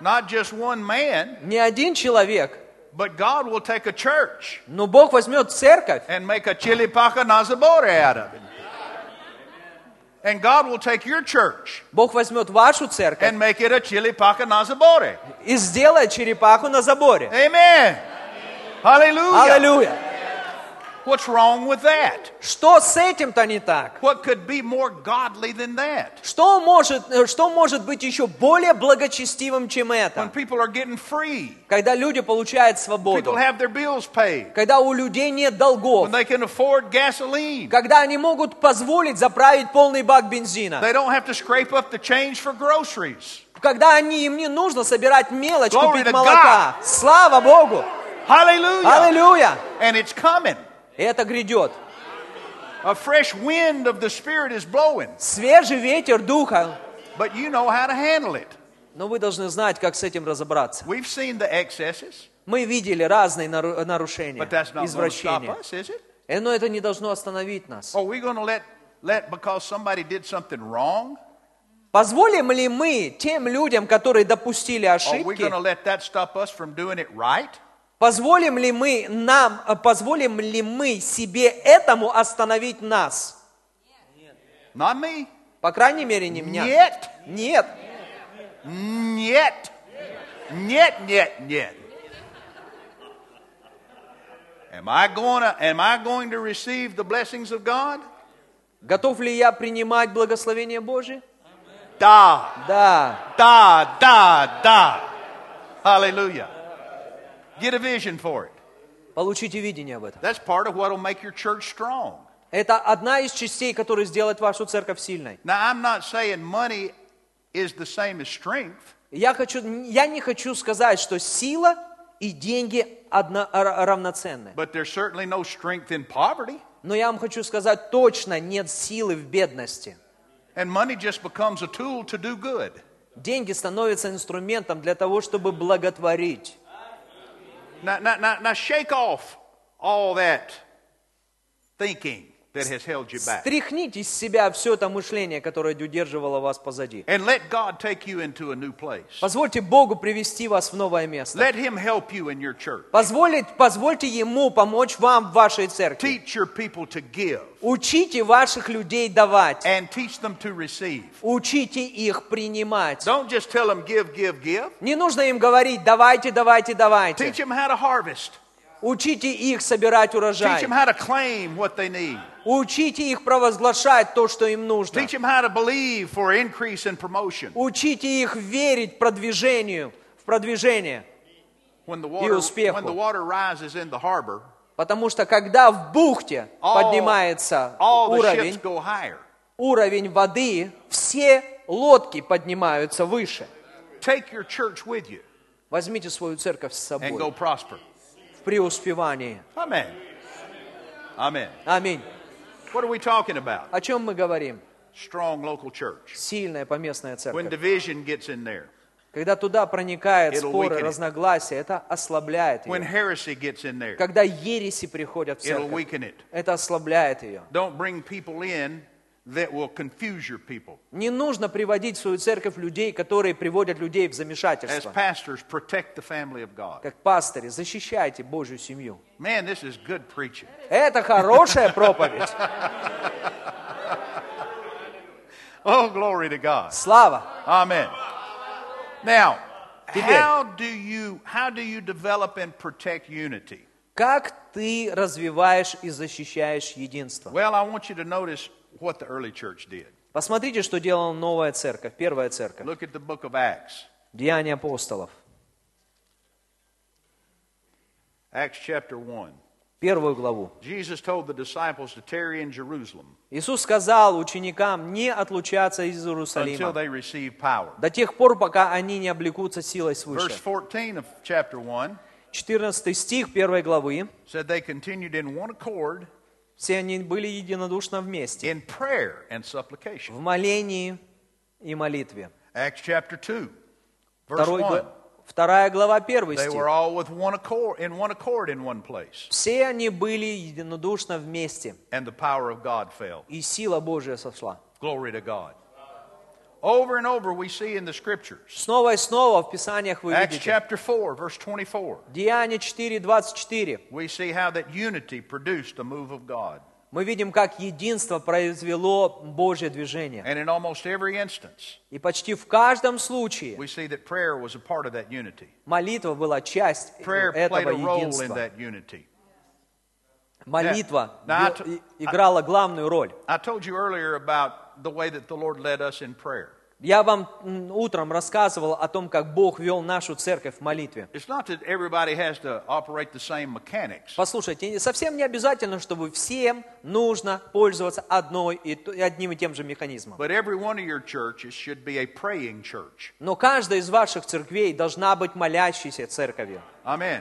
Not just one man,
Не один человек,
but God will take a church
но Бог возьмет церковь,
and make a chilipaca nazabore out of it. And God will take your church
Бог возьmет вашу церковь
and make it a chilipaca nazabore.
и сделает черепаху на заборе.
Amen. Hallelujah.
Аллилуйя!
What's wrong with that?
Что с этим-то не так?
What could be more godly than that?
Что может, э, что может быть еще более благочестивым, чем
When
это?
people are getting free,
Когда люди получают
people
свободу,
have their bills paid,
когда у людей нет
when
долгов,
they can afford gasoline,
когда они могут позволить заправить полный бак бензина,
They don't have to scrape up the change for groceries.
когда они, им не нужно собирать мелочь,
Glory
купить
to
молока. Слава Богу!
Hallelujah.
Аллилуйя!
And it's coming.
Это грядет.
A fresh wind of the Spirit is blowing,
Свежий ветер духа.
but you know how to handle it.
Но вы должны знать, как с этим разобраться.
We've seen the excesses,
Мы видели разные нару- нарушения,
but that's not going to stop
извращения.
us, is it?
Э, Но это не должно остановить нас.
Are we going to let, let because somebody did something wrong,
Позволим ли мы тем людям, которые допустили
are we going to
ошибки,
let that stop us from doing it right?
позволим ли мы нам, э, позволим ли мы себе этому остановить нас?
Not me.
По крайней мере, не меня.
Yet.
Нет.
Yet. Yet, yet, yet. Am I going to am I going to receive the blessings of God?
Готов ли я принимать благословение Божие?
Da.
Да.
Da, da, da. Hallelujah. Get a vision for it.
Получите видение об этом.
That's part of what will make your church strong.
Это одна из частей, которая сделает вашу церковь сильной.
Now, I'm not saying money is the same as strength,
Я, хочу, я не хочу сказать, что сила и деньги одно, ра- равноценны.
but there's certainly no strength in poverty.
Но я вам хочу сказать, точно нет силы в бедности.
And money just becomes a tool to do good.
Деньги становятся инструментом для того, чтобы благотворить.
Now, now, now, now shake off all that thinking that has held you back.
Стряхните из себя все это мышление, которое удерживало вас позади.
And let God take you into a new place.
Позвольте Богу привести вас в новое место.
Let Him help you in your church.
Позволить, позвольте Ему помочь вам в вашей церкви.
Teach your people to give
Учите ваших людей давать.
and teach them to receive.
Учите их принимать.
Don't just tell them give, give, give.
Не нужно им говорить, давайте, давайте, давайте.
Teach them how to harvest.
Учите их собирать
Teach
урожай.
them how to claim what they need.
Учите их провозглашать то, что им нужно.
Teach them how to believe for increase and promotion.
Учите их верить продвижению, в продвижение.
When the water,
успеху.
when the water rises in the harbor,
Потому что когда в бухте
All-
поднимается
all the ships
уровень,
go higher.
уровень воды, все лодки поднимаются выше.
Take your church with you
Возьмите свою церковь с
and go
собой
prosper.
в преуспевании.
Amen. Amen.
Аминь.
What are we talking about?
О чем мы говорим?
Strong local church.
Сильная поместная
When
церковь.
division gets in there,
Когда туда проникает
It'll
споры,
weaken it.
разногласия, это ослабляет
when
ее.
heresy gets in there,
Когда ереси приходят в
it'll
церковь,
weaken it.
это ослабляет ее.
Don't bring people in that will confuse your people.
Не нужно приводить в свою церковь людей, которые приводят людей в
As
замешательство.
pastors, protect the family of God.
Как пастыри, защищайте Божью семью.
Man, this is good preaching.
Это хорошая проповедь.
Oh, glory to God.
Слава.
Amen. Now,
Теперь.
how do you how do you develop and protect unity?
Как ты развиваешь и защищаешь единство?
Well, I want you to notice what the early church did.
Посмотрите, что делала новая церковь, первая церковь.
Look at the book of Acts.
Деяния апостолов.
Acts chapter 1.
Первую главу.
Jesus told the disciples to tarry in Jerusalem
Иисус сказал ученикам не отлучаться из
until
Иерусалима
they receive power.
до тех пор, пока они не облекутся силой
Verse
свыше.
14 of chapter 1
14 стих первой главы.
said they continued in one accord
Все они были единодушно вместе.
in prayer and
в
supplication.
молении и молитве.
Acts chapter 2, verse
Второй,
1.
гла- вторая глава, первый
They
стих.
were all with one accord in one accord in one place,
Все они были единодушно вместе,
and the power of God fell.
и сила Божия сошла.
Glory to God. Over and over we see in the scriptures.
Снова и снова в Писаниях вы
Acts
видите.
chapter 4, verse 24.
Деяния 4, 24.
We see how that unity produced the move of God.
Мы видим, как единство произвело Божье движение.
And in almost every instance,
И почти в каждом случае
we see that prayer was a part of that unity.
молитва была часть
Prayer played
этого
a role in
единства.
that unity.
Молитва
Now,
бе-
I t-
и- играла главную роль.
I told you earlier about the way that the Lord led us in prayer.
Я вам м, утром рассказывал о том, как Бог вел нашу церковь в молитве.
It's not that everybody has to operate the same mechanics,
Послушайте, совсем не обязательно, чтобы всем нужно пользоваться одной и т- и одним и тем же механизмом.
but every one of your churches should be a praying church.
Но каждая из ваших церквей должна быть молящейся церковью.
Amen.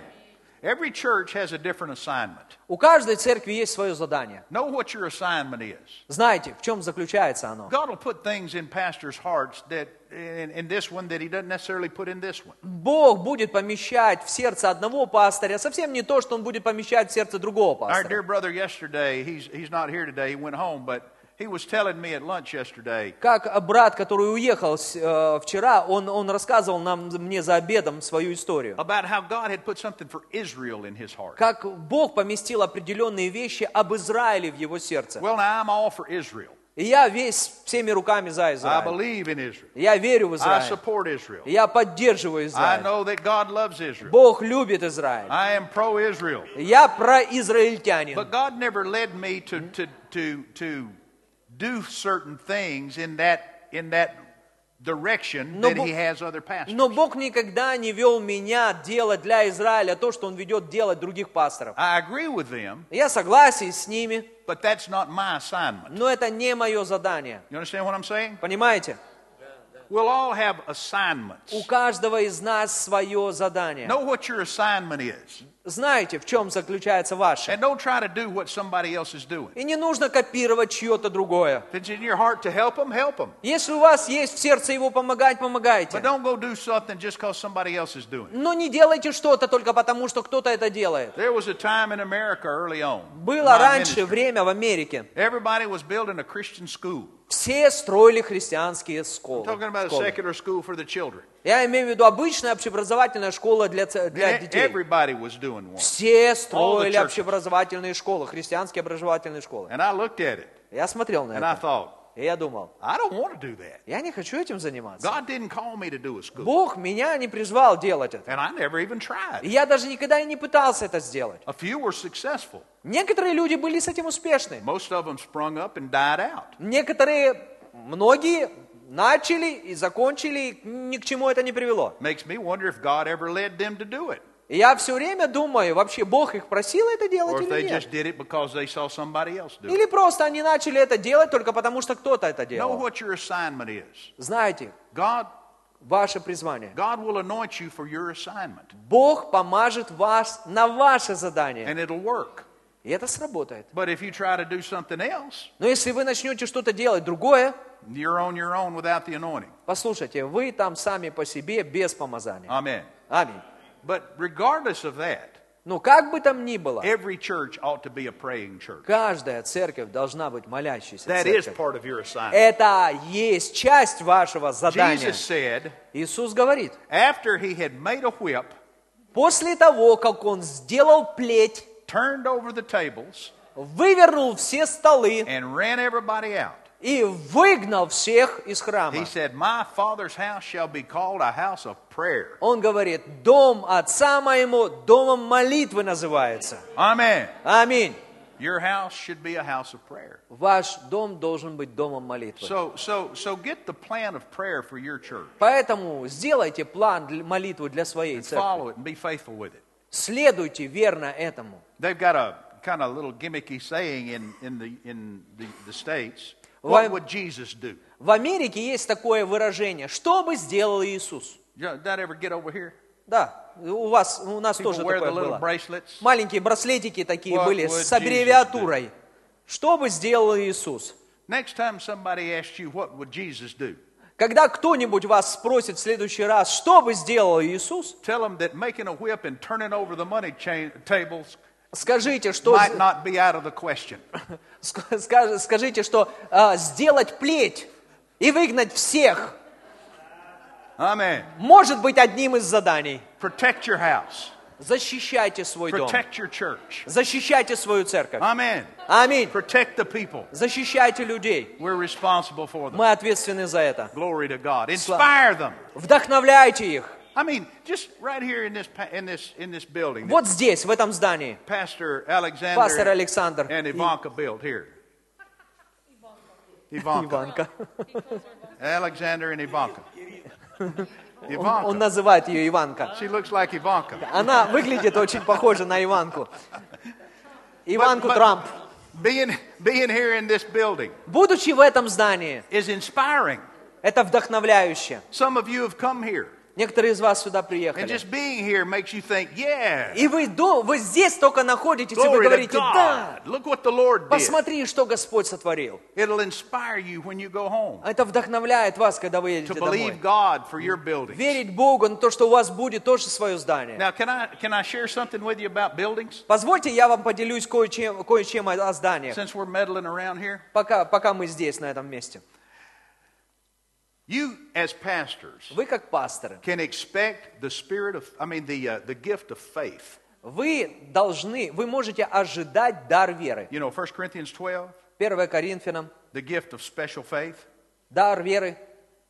Every church has a different assignment.
У каждой церкви есть свое задание.
Know what your assignment is.
Знаете, в чем заключается оно?
God will put things in pastors' hearts that in, in this one that He doesn't necessarily put in this one.
Бог будет помещать в сердце одного пастыря совсем не то, что он будет помещать в сердце другого
Our dear
пастыря.
brother yesterday, he's he's not here today. He went home, but he was telling me at lunch yesterday
Как брат, который уехал с- э, вчера, он, он рассказывал нам, мне за обедом свою историю.
about how God had put something for Israel in his heart.
Как Бог поместил определенные вещи об Израиле в его сердце.
Well, now I'm all for Israel.
И я весь всеми руками за
I
Израиль.
believe in Israel.
Я верю в
I
Израиль.
support Israel.
Я поддерживаю
I
Израиль.
know that God loves Israel.
Бог любит Израиль.
I am pro Israel.
Я произраильтянин.
But God never led me to, to, to, to do certain things in that, in that direction
No,
that
but-
He has other pastors.
Но Бог никогда не вел меня делать для Израиля то, что Он ведет делать других пасторов.
I agree with them,
Я согласен с ними,
but that's not my assignment.
но это не мое задание.
You understand what I'm saying?
Понимаете?
We'll all have
У
assignments.
каждого из нас свое задание.
Know what your assignment is.
Знаете, в чем заключается ваше.
And don't try to do what somebody else is doing.
И не нужно копировать чье-то другое.
If it's in your heart to help them, help them.
Если у вас есть в сердце его помогать,
But
помогайте.
don't go do something just because somebody else is doing it.
Но не делайте что-то только потому, что кто-то это делает.
There was a time in America early on. in
Было
my
раньше
ministry,
время в Америке.
Everybody was building a Christian school.
Все строили христианские скол-
Talking about a
школы.
secular school for the children.
Я имею в виду обычная общеобразовательная школа для, ц- для
E-
детей.
Everybody was doing one.
Все
All the
строили
churches.
общеобразовательные школы, христианские образовательные школы.
And I looked at it
Я смотрел на
and I
это,
thought,
и я думал,
I don't want to do that.
я не хочу этим заниматься.
God didn't call me to do a school.
Бог меня не призвал делать это.
And I never even
И
tried.
я даже никогда и не пытался это сделать.
A few were successful.
Некоторые люди были с этим успешны.
Most of them sprung up and died out.
Некоторые, многие начали и закончили, и ни к чему это не привело.
Makes me wonder if God ever led them to do it.
И я все время думаю, вообще Бог их просил это делать
Or if
или
they
нет?
just did it because they saw somebody else do it.
Или просто они начали это делать только потому, что кто-то это
Know
делал.
what your assignment is.
Знаете,
God,
ваше призвание.
God will anoint you for your assignment,
Бог помажет вас на ваше задание.
and it'll work.
И это сработает.
But if you try to do something else,
Но если вы начнете что-то делать другое,
you're on your own without the anointing.
послушайте, вы там сами по себе без помазания.
Amen.
Аминь.
But regardless of that,
Ну, как бы там ни было,
every church ought to be a praying church.
каждая церковь должна быть молящейся
That is
церковью.
part of your assignment.
Это есть часть вашего задания.
Jesus said,
Иисус говорит,
after he had made a whip,
после того, как он сделал плеть,
turned over the tables,
вывернул все столы,
and ran everybody out,
и выгнал всех из храма.
he said, My Father's house shall be called a house of prayer.
Он говорит, дом отца моему, домом молитвы называется.
Amen.
Аминь.
Your house should be a house of prayer.
Ваш дом должен быть домом молитвы.
So, so, so get the plan of prayer for your church.
Поэтому сделайте план для- молитвы для своей церкви.
Follow it and be faithful with it.
Следуйте верно этому.
They've got a kind of little gimmicky saying in, in, the, in the, the States
Why-
What would Jesus do?
В Америке есть такое выражение, что бы сделал Иисус?
You know, Did that ever get over here?
Да, у вас, у нас
People
тоже
wear the
такое
little
было.
bracelets.
Маленькие браслетики такие
What
были
would
с
Jesus
аббревиатурой. Что бы сделал Иисус?
Next time somebody asks you, What would Jesus do?
Когда кто-нибудь вас спросит в следующий раз, что бы сделал Иисус,
Tell them that making a whip and turning over the money cha- tables
скажите, что,
might not be out of the question.
ск- скаж- скажите, что а, сделать плеть и выгнать всех
Amen.
может быть одним из заданий.
Protect your house,
Защищайте свой дом.
protect А- your church.
Защищайте свою церковь.
Amen.
Аминь.
Protect the people.
Защищайте людей.
We're responsible for them.
Мы ответственны за это.
Glory to God. Inspire them.
Вдохновляйте их.
I mean, just right here in this pa- in this in this building, that
Вот здесь, в этом здании.
Pastor Alexander
Пастор Александр
and
и
Ivanka built here. Ivanka,
Иванка.
Alexander and Ivanka.
Он, он
Ivanka.
называет ее Иванка.
She looks like Ivanka.
Она выглядит очень похоже на Иванку. Иванку
but-
Трамп.
Being being here in this building
Будучи в этом здании,
is inspiring.
это вдохновляюще.
Some of you have come here,
Некоторые из вас сюда
and
приехали.
just being here makes you think, "Yeah,
И вы, до, вы здесь только находитесь, и вы
glory to
говорите, да,
God. Look what the Lord did."
посмотри, что Господь сотворил.
It'll inspire you when you go home
Это вдохновляет вас, когда вы
to
едете домой.
believe God for your building.
Верить Богу на то, что у вас будет тоже свое здание.
Now, can I, can I share something with you about buildings?
Позвольте, я вам поделюсь кое-чем, кое-чем о, о зданиях,
Since we're meddling around here,
пока, пока мы здесь, на этом месте.
you as pastors
Вы как пасторы,
can expect the spirit of, I mean, the, uh, the gift of faith.
вы должны, вы можете ожидать дар веры.
You know, 1 Corinthians 12,
1 Коринфянам,
the gift of special faith.
дар веры.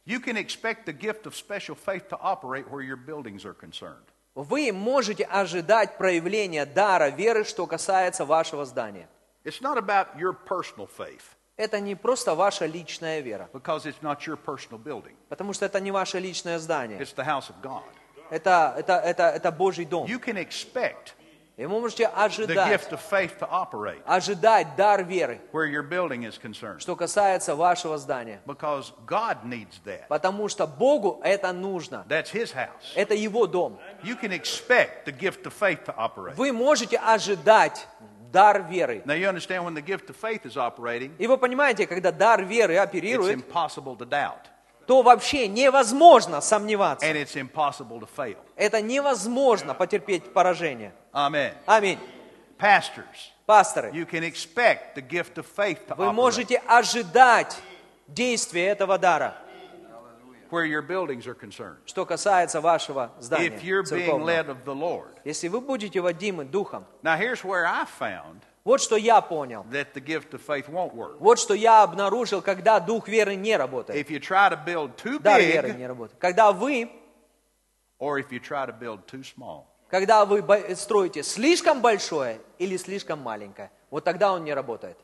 You can expect the gift of special faith to operate where your buildings are concerned.
Вы можете ожидать проявления дара веры, что касается вашего здания.
It's not about your personal faith
Это не просто ваша личная вера,
because it's not your personal building,
потому что это не ваше личное здание.
it's the house of God.
Это, это, это, это Божий дом.
You can expect
И вы можете
the
ожидать,
gift of faith to operate
ожидать дар веры,
where your building is concerned.
что касается вашего здания.
Because God needs that.
Потому что Богу это нужно.
That's His house.
Это Его дом.
You can expect the gift of faith to operate.
Вы можете ожидать дар веры.
Now, you understand when the gift of faith is operating,
И вы понимаете, когда дар веры
it's
оперирует,
impossible to doubt,
то вообще невозможно сомневаться.
and it's impossible to fail.
Это невозможно потерпеть поражение.
Amen.
Аминь.
Pastors,
Пасторы,
you can expect the gift of faith to
вы
operate
можете ожидать действия этого дара,
where your buildings are concerned.
что касается вашего
If you're
здания
being
церковного.
led of the Lord.
Если вы будете водимы Духом,
Now, here's where I found
вот что я понял,
that the gift of faith won't work.
вот что я обнаружил, когда Дух веры не работает,
If you try to build too
дар веры
big
не работает. Когда вы,
or if you try to build too small.
когда вы бо- строите слишком большое или слишком маленькое, вот тогда он не работает.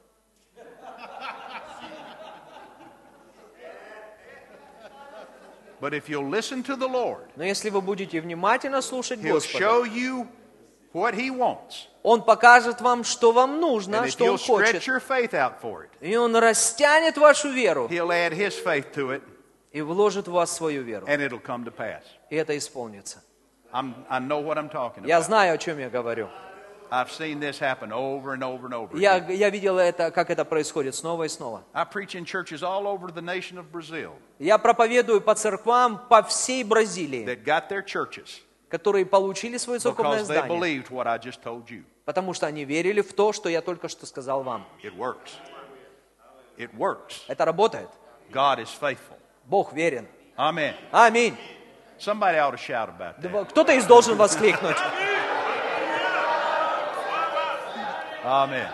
But if you'll listen to the Lord,
Но если вы будете внимательно слушать
He'll
Господа,
show you what He wants.
Он покажет вам, что вам
And
нужно,
if
что
you'll
Он
stretch
хочет.
your faith out for it,
И Он растянет вашу веру
He'll add His faith to it,
и вложит в вас свою веру.
and it'll come to pass.
И это исполнится.
I'm, I know what I'm talking
Я
about.
знаю, о чем я говорю.
I've seen this happen over and over and over.
Я,
again.
я видел это, как это происходит снова и снова.
I preach in churches all over the nation of Brazil
Я проповедую по церквам по всей Бразилии,
that got their churches
которые получили свое церковное
because they
здание,
believed what I just told you.
потому что они верили в то, что я только что сказал вам.
It works. It works.
Это работает.
God is faithful.
Бог верен.
Amen.
Аминь.
Somebody ought to shout about that.
Да, Кто-то из должен воскликнуть.
Amen.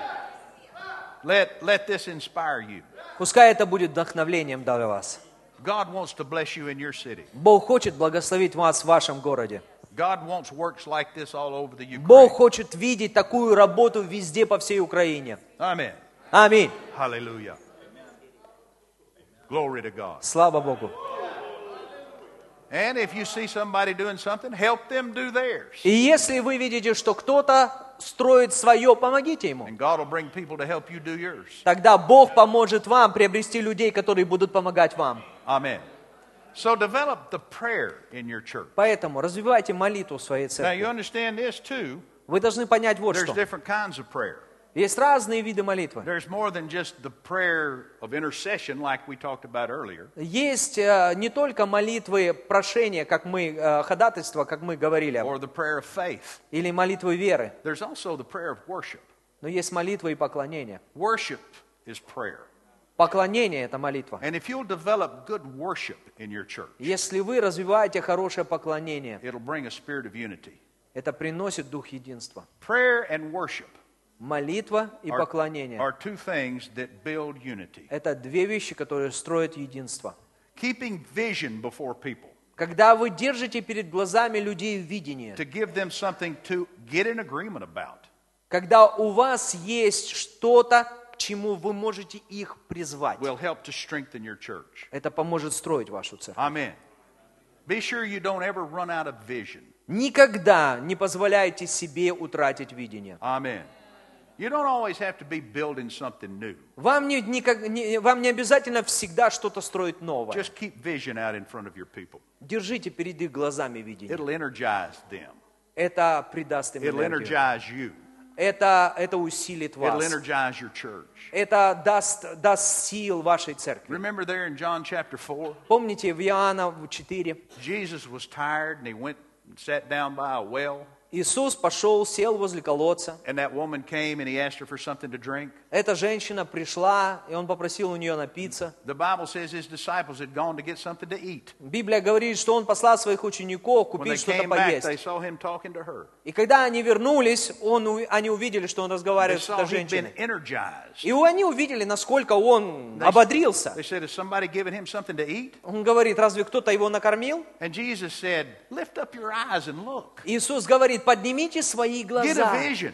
Let, let this inspire you.
Пускай это будет вдохновлением для вас.
God wants to bless you in your city.
Бог хочет благословить вас в вашем городе.
God wants works like this all over the Ukraine.
Бог хочет видеть такую работу везде по всей Украине.
Amen.
Аминь.
Hallelujah. Glory to God.
Слава Богу.
And if you see somebody doing something, help them do theirs.
И если вы видите, что кто-то строит свое, помогите ему.
And God will bring people to help you do yours.
Тогда Бог поможет вам приобрести людей, которые будут помогать вам.
Amen. So develop the prayer in your church.
Поэтому развивайте молитву в своей
Now you
церкви.
understand this too.
Вы должны понять вот
There's
что.
different kinds of prayer.
Есть разные виды молитвы.
There's more than just the prayer of intercession like we talked about earlier.
Есть э, не только молитвы прошения, как мы, э, ходатайства, как мы говорили, об-
or the prayer of faith.
или молитвы веры,
There's also the prayer of worship.
но есть молитвы и поклонение.
Worship is prayer.
Поклонение – это молитва.
And if you'll develop good worship in your church,
Если вы развиваете хорошее поклонение,
it'll bring a spirit of unity.
это приносит дух единства.
Prayer and worship
Молитва и
are,
поклонение
are two things that build unity.
– это две вещи, которые строят единство.
Keeping vision before people
Когда вы держите перед глазами людей видение,
to give them something to get in agreement about.
когда у вас есть что-то, к чему вы можете их призвать,
will help to strengthen your church.
это поможет строить вашу церковь.
Amen. Be sure you don't ever run out of vision.
Никогда не позволяйте себе утратить видение.
Amen. You don't always have to be building something new.
Вам не, никак- не- вам не обязательно всегда что-то строить новое.
Just keep vision out in front of your people.
Держите перед их глазами видение.
It'll energize them.
Это придаст им
It'll
энергию.
energize you.
Это, это усилит
It'll
вас.
energize your church.
Это даст, даст сил вашей церкви.
Remember there in John chapter 4,
Помните в Иоанна в 4?
Jesus was tired and he went and sat down by a well,
Иисус пошел, сел возле колодца.
and that woman came and he asked her for something to drink.
Эта женщина пришла, и он попросил у нее напиться.
The Bible says his disciples had gone to get something to eat.
Библия говорит, что он послал своих учеников
When they
купить что-то
came back,
поесть.
they saw him talking to her.
И когда они вернулись, он, у- они увидели, что он
They
разговаривает с
saw
этой
he'd been
женщиной.
energized.
И у- они увидели, насколько он ободрился.
They said, Is somebody giving him something to eat?
Он говорит, разве кто-то его накормил?
And Jesus said, Lift up your eyes and look.
Иисус говорит, поднимите свои
Get a
глаза,
vision. The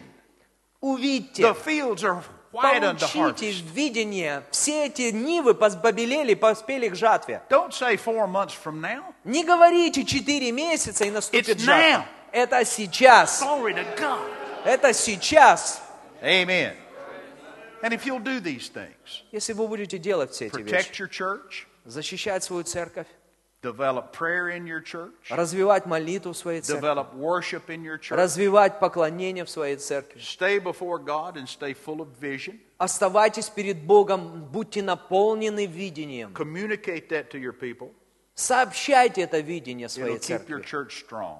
увидьте,
fields are white unto
получите
harvest.
видение. Все эти нивы пос- побелели, поспели к жатве.
Don't say four months from now.
Не говорите четыре месяца и наступит
It's
жатва.
now.
Это сейчас.
Glory to God.
Это сейчас.
Amen. And if you'll do these things,
Если вы будете делать все эти вещи,
protect your church,
защищать свою церковь,
develop prayer in your church,
развивать молитву в своей церкви,
develop worship in your church,
развивать поклонение в своей церкви,
stay before God and stay full of vision,
оставайтесь перед Богом, будьте наполнены видением,
communicate that to your people.
сообщайте это видение своей
It'll keep your
церкви,
church strong.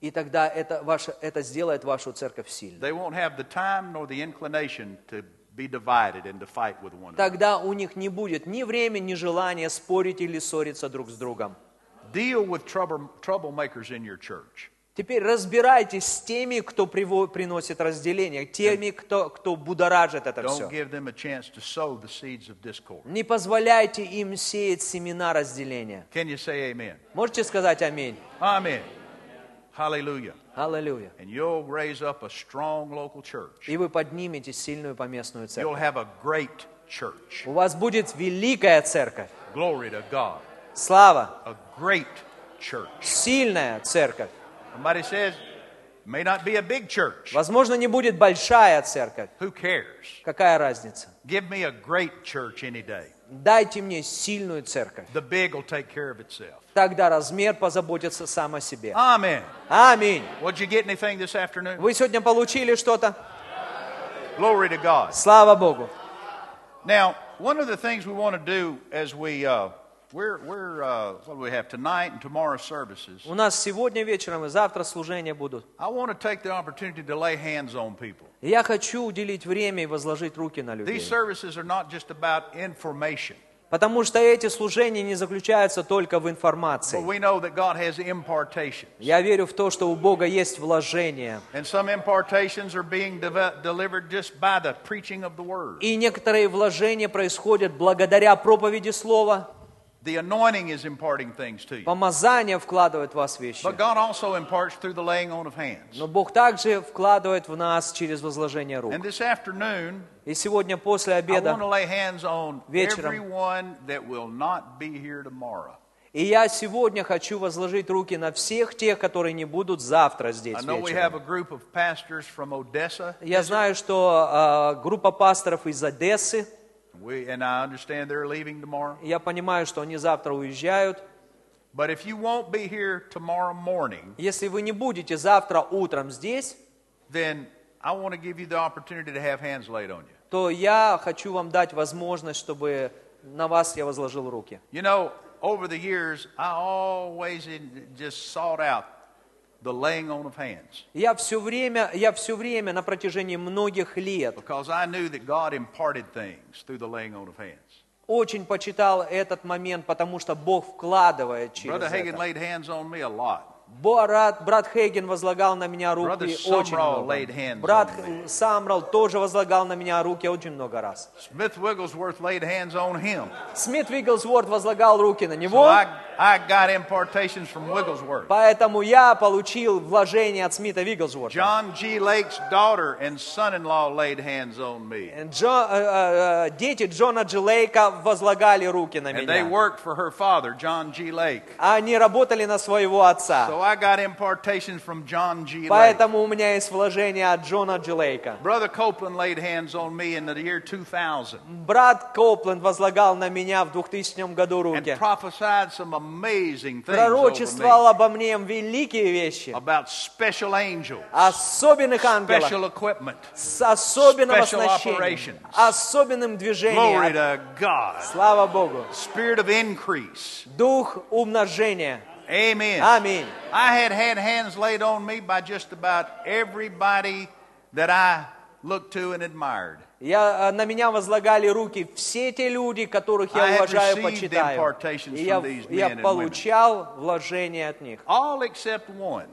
и тогда это, ваша, это сделает вашу церковь сильной.
They won't have the time nor the inclination to be divided and to fight with one another.
Тогда у них не будет ни времени, ни желания спорить или ссориться друг с другом.
Deal with trouble, troublemakers in your church.
Теперь разбирайтесь с теми, кто приво- приносит разделение, теми, кто, кто будоражит это
Don't
все.
give them a chance to sow the seeds of discord.
Не позволяйте им сеять семена разделения.
Can you say amen?
Можете сказать аминь?
Amen. Hallelujah.
Аллилуйя.
And you'll raise up a strong local church.
И вы поднимете сильную поместную
You'll
церковь.
have a great church.
У вас будет великая церковь.
Glory to God.
Слава.
A great church.
Сильная церковь.
Somebody says, may not be a big church.
Возможно, не будет большая церковь.
Who cares?
Какая разница?
Give me a great church any day.
Дайте мне сильную церковь.
The big will take care of itself.
Тогда размер позаботится сам о себе.
Amen.
Аминь.
Would you get anything this afternoon?
Вы сегодня получили что-то?
Glory to God.
Слава Богу.
Now, one of the things we want to do as we uh, we're we're uh, what do we have tonight and tomorrow services.
У нас сегодня вечером и завтра служения будут.
I want to take the opportunity to lay hands on people.
И Я хочу уделить время и возложить руки на людей.
These services are not just about information,
Потому что эти служения не заключаются только в
but
информации.
we know that God has impartation,
Я верю в то, что у Бога есть вложение.
and some impartations are being deve- delivered just by the preaching of the word.
И некоторые вложения происходят благодаря проповеди Слова.
The anointing is imparting things to you,
Помазание вкладывает в вас вещи.
but God also imparts through the laying on of hands.
Но Бог также вкладывает в нас через возложение рук.
And this afternoon,
И сегодня после
I want
обеда,
to lay hands on
Вечером.
everyone that will not be here tomorrow.
и я сегодня хочу возложить руки на всех тех, которые не будут завтра здесь
I know we
вечером.
have a group of pastors from Odessa,
Я знаю, что а, группа пасторов из Одессы,
we, and I understand they're leaving tomorrow.
я понимаю, что они завтра уезжают.
But if you won't be here tomorrow morning,
Если вы не будете завтра утром здесь,
then I want to give you the opportunity to have hands laid on you.
то я хочу вам дать возможность, чтобы на вас я возложил руки.
You know, over the years, I always in- just sought out the laying on of hands
Я все время, я все время на протяжении многих лет
because I knew that God imparted things through the laying on of hands.
очень почитал этот момент, потому что Бог вкладывает через
Brother Hagin
это.
laid hands on me a lot.
Брат, брат Хейген возлагал на меня руки
Brother
очень
Sumrall
много.
laid hands
Брат
on me.
Самрал тоже возлагал на меня руки очень много раз.
Smith Wigglesworth laid hands on him.
Смит Вигглсворт возлагал руки на
So
него,
I, I got impartations from Wigglesworth.
поэтому я получил вложение от Смита Вигглсворта.
John G. Lake's daughter and son in law laid hands on me.
Джо- э, э, э, дети Джона Джилейка возлагали руки на
And they
меня.
worked for her father, John G. Lake.
Они работали на своего отца.
So I got impartations from John G. Lake.
Поэтому у меня есть вложение от Джона Джилейка.
Brother Copeland laid hands on me in the year 2000
Брат Копленд возлагал на меня в 2000 году
and
руки.
prophesied some amazing things over
Пророчествовал
me
обо мне великие вещи.
about special angels,
Особенных ангелов.
special equipment.
С особенным
special
оснащением.
operations.
Особенным
Glory
движением.
to God.
Слава Богу.
Spirit of increase.
Дух умножения.
Amen.
Аминь.
I had had hands laid on me by just about everybody that I looked to and admired.
Я, э, на меня возлагали руки все те люди, которых
I
я
have
уважаю,
received
почитаю.
impartations
И я,
from these
я
men and women.
получал вложения от них.
All except one,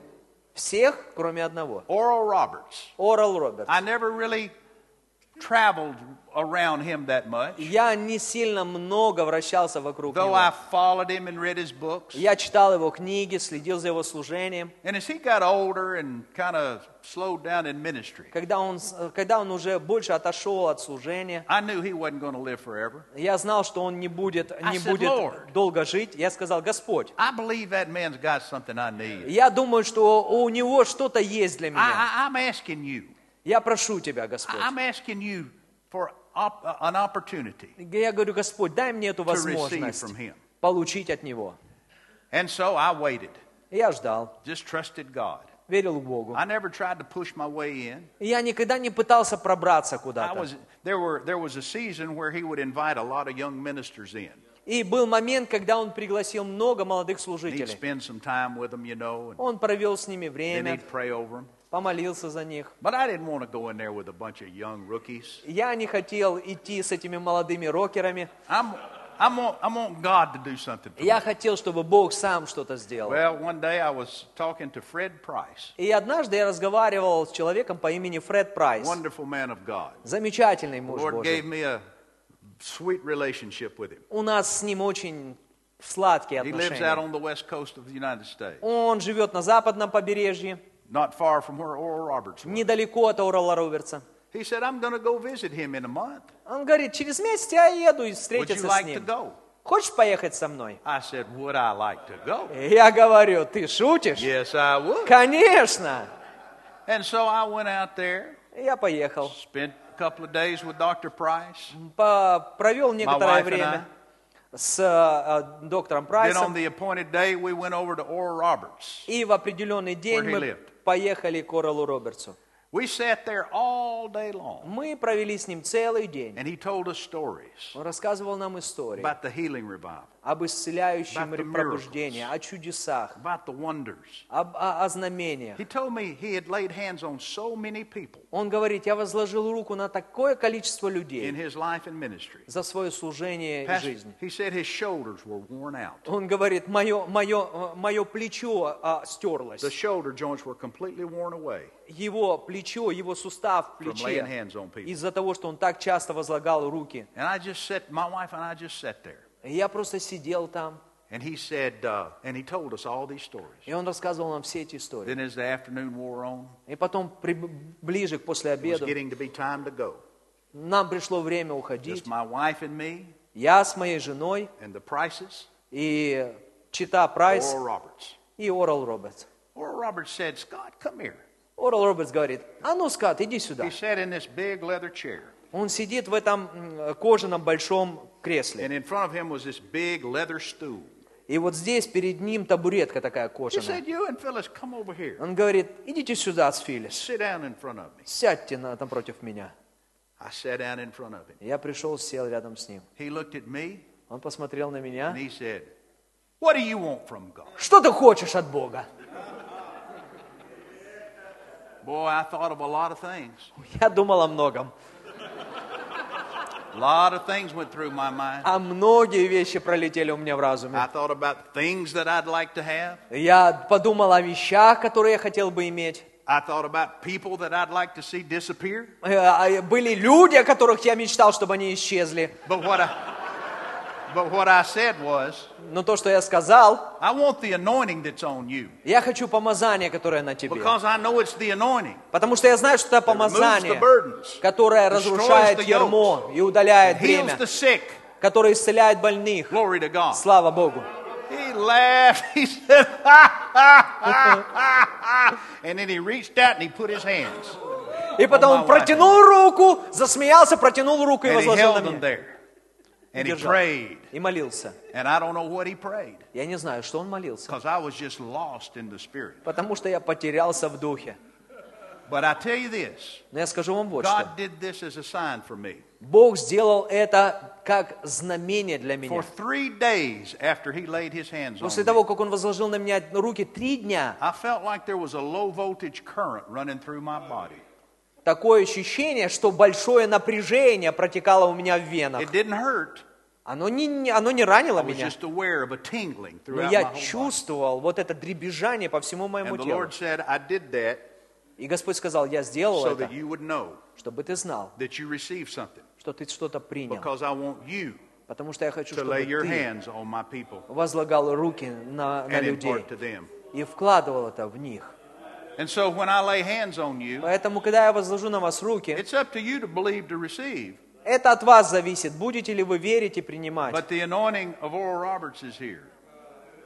Всех, кроме одного.
Oral Roberts.
Орал Роберт.
I never really traveled around him that much,
Я не сильно много вращался вокруг
though
него.
I followed him and read his books.
Я читал его книги, следил за его служением.
And as he got older and kind of slowed down in ministry,
Когда он, с- э, когда он уже больше отошел от служения,
I knew he wasn't going to live forever.
я знал, что он не будет,
I
не
said,
будет
"Lord."
долго жить. Я сказал, Господь,
I believe that man's got something I need.
я думаю, что у него что-то есть для меня.
I, I, I'm asking you.
Я прошу тебя, Господь.
I- I'm asking you for op- uh, an opportunity.
Я говорю, Господь, дай мне эту
To receive
возможность
from him.
получить от Него.
And so I waited,
Я ждал,
just trusted God.
верил Богу.
I never tried to push my way in.
Я никогда не пытался пробраться
I
куда-то.
was, there, were, there was a season where he would invite a lot of young ministers in.
И был момент, когда он пригласил много молодых
And he'd
служителей.
spend some time with them, you know,
Он провел с ними
and then
время,
he'd pray over them.
помолился за них.
But I didn't want to go in there with a bunch of young rookies.
Я не хотел идти с этими молодыми рокерами.
I'm, I'm, on, I'm on God to do something for me.
Я хотел, чтобы Бог сам что-то сделал.
Well, one day I was talking to Fred Price,
И однажды я разговаривал с человеком по имени Фред Прайс.
wonderful man of God.
Замечательный
The
муж
Lord
Божий.
gave me a sweet relationship with him.
У нас с ним очень сладкие
He lives out
отношения.
on the west coast of the United States,
Он живет на западном побережье,
not far from where Oral Roberts was.
недалеко от Орла Робертса.
He said, I'm going to go visit him in a month.
Он говорит, через месяц я еду
Would
и
you
встретиться с
like to
ним.
go?
Хочешь поехать со мной?
I said, Would I like to go?
Я говорю, ты шутишь?
Yes, I would.
Конечно!
And so I went out there,
Я поехал.
spent a couple of days with Dr. Price.
По- провел некоторое
wife and
время с э, э, доктором
Then on
Прайсом.
the appointed day, we went over to Oral Roberts.
И в определенный день
Where he
мы
lived.
поехали к Орелу Робертсу.
We sat there all day long,
Мы провели с ним целый день.
and he told us stories
Он рассказывал нам истории
about the healing revival,
об исцеляющем
about the miracles.
пробуждении, о чудесах,
about the wonders.
об- о- о знамениях.
He told me he had laid hands on so many people
Он говорит, я возложил руку на такое количество
in
людей
his life and ministry.
за свое служение и
Pastor-
жизнь.
he said his shoulders were worn out.
Он говорит, мое, мое, мое плечо а, стерлось.
The shoulder joints were completely worn away
Его плечо, его сустав в
from laying
плече
hands on people.
из-за того, что он так часто возлагал руки.
And I just sat, my wife and I just sat there.
И я просто сидел там,
And he said, uh, and he told us all these stories.
и он рассказывал нам все эти истории.
Then as the afternoon wore on,
И потом, при- ближе к после
it was
обеда,
getting to be time to go.
нам пришло время
Just
уходить.
my wife and me
Я с моей женой
and the Prices,
и Чита Прайс
Oral Roberts.
и Орал Робертс.
Oral Roberts said, Scott, come here.
Орал Робертс говорит, а ну, Скат, иди сюда.
He sat in this big leather chair.
Он сидит в этом м, кожаном большом кресле.
And in front of him was this big leather stool.
И вот здесь перед ним табуретка такая
He
кожаная.
said, you and Phyllis, come over here.
Он говорит, идите сюда с Филлис,
Sit down in front of me.
сядьте на, напротив меня.
I sat down in front of him.
Я пришел, сел рядом с ним.
He looked at me
Он посмотрел на меня.
and he said, What do you want from God?
Что ты хочешь от Бога?
Boy, I thought of a lot of things.
Я думал о многом.
A lot of things went through my mind.
А многие вещи пролетели у меня в
I
разуме.
thought about things that I'd like to have.
Я подумал о вещах, которые я хотел бы иметь.
I thought about people that I'd like to see disappear.
Э, а Были люди, о которых я мечтал, чтобы они исчезли.
But what I, but what I said was,
Но то, что я сказал,
I want the anointing that's on you
я хочу помазание, которое на тебе.
because I know it's the anointing
Потому что я знаю, что это
that removes the
помазание,
burdens,
которое разрушает
the
ермо и удаляет
heals
бремя,
the sick.
которое исцеляет больных.
Glory to God.
Слава Богу.
He laughed. He said, ha, ha, ha, ha, ha. And then he reached out and he put his hands.
И потом
my
он протянул руку, засмеялся, протянул руку и
And he
возложил на
held them
меня.
there. And he
Держал.
prayed.
И молился.
And I don't know what he prayed
Я не знаю, что он молился,
because I was just lost in the spirit.
потому что я потерялся в духе.
But I tell you this
Но я скажу вам вот что.
God did this as a sign for me.
Бог сделал это как знамение для
For
меня.
three days after he laid his hands on
После
me,
того, как он возложил на меня руки три дня,
I felt like there was a low voltage current running through my body.
такое ощущение, что большое напряжение протекало у меня в венах.
It didn't hurt.
Оно не- не, оно не ранило
I was
меня.
just aware of a tingling
Но
throughout my
я
whole body.
чувствовал вот это дребезжание по всему моему
And the
телу.
Lord said, I did that
И И Господь сказал, я сделал
so
это,
that you would know
чтобы ты знал,
that you received something.
что ты что-то принял.
Because I want you
Потому что я хочу,
to
чтобы
lay your
ты
hands on my people
возлагал руки на, на
and
людей
impart to them.
и вкладывал это в них.
And so when I lay hands on you,
Поэтому, когда я возложу на вас руки,
it's up to you to believe to receive.
это от вас зависит, будете ли вы верить и принимать.
But the anointing of Oral Roberts is here.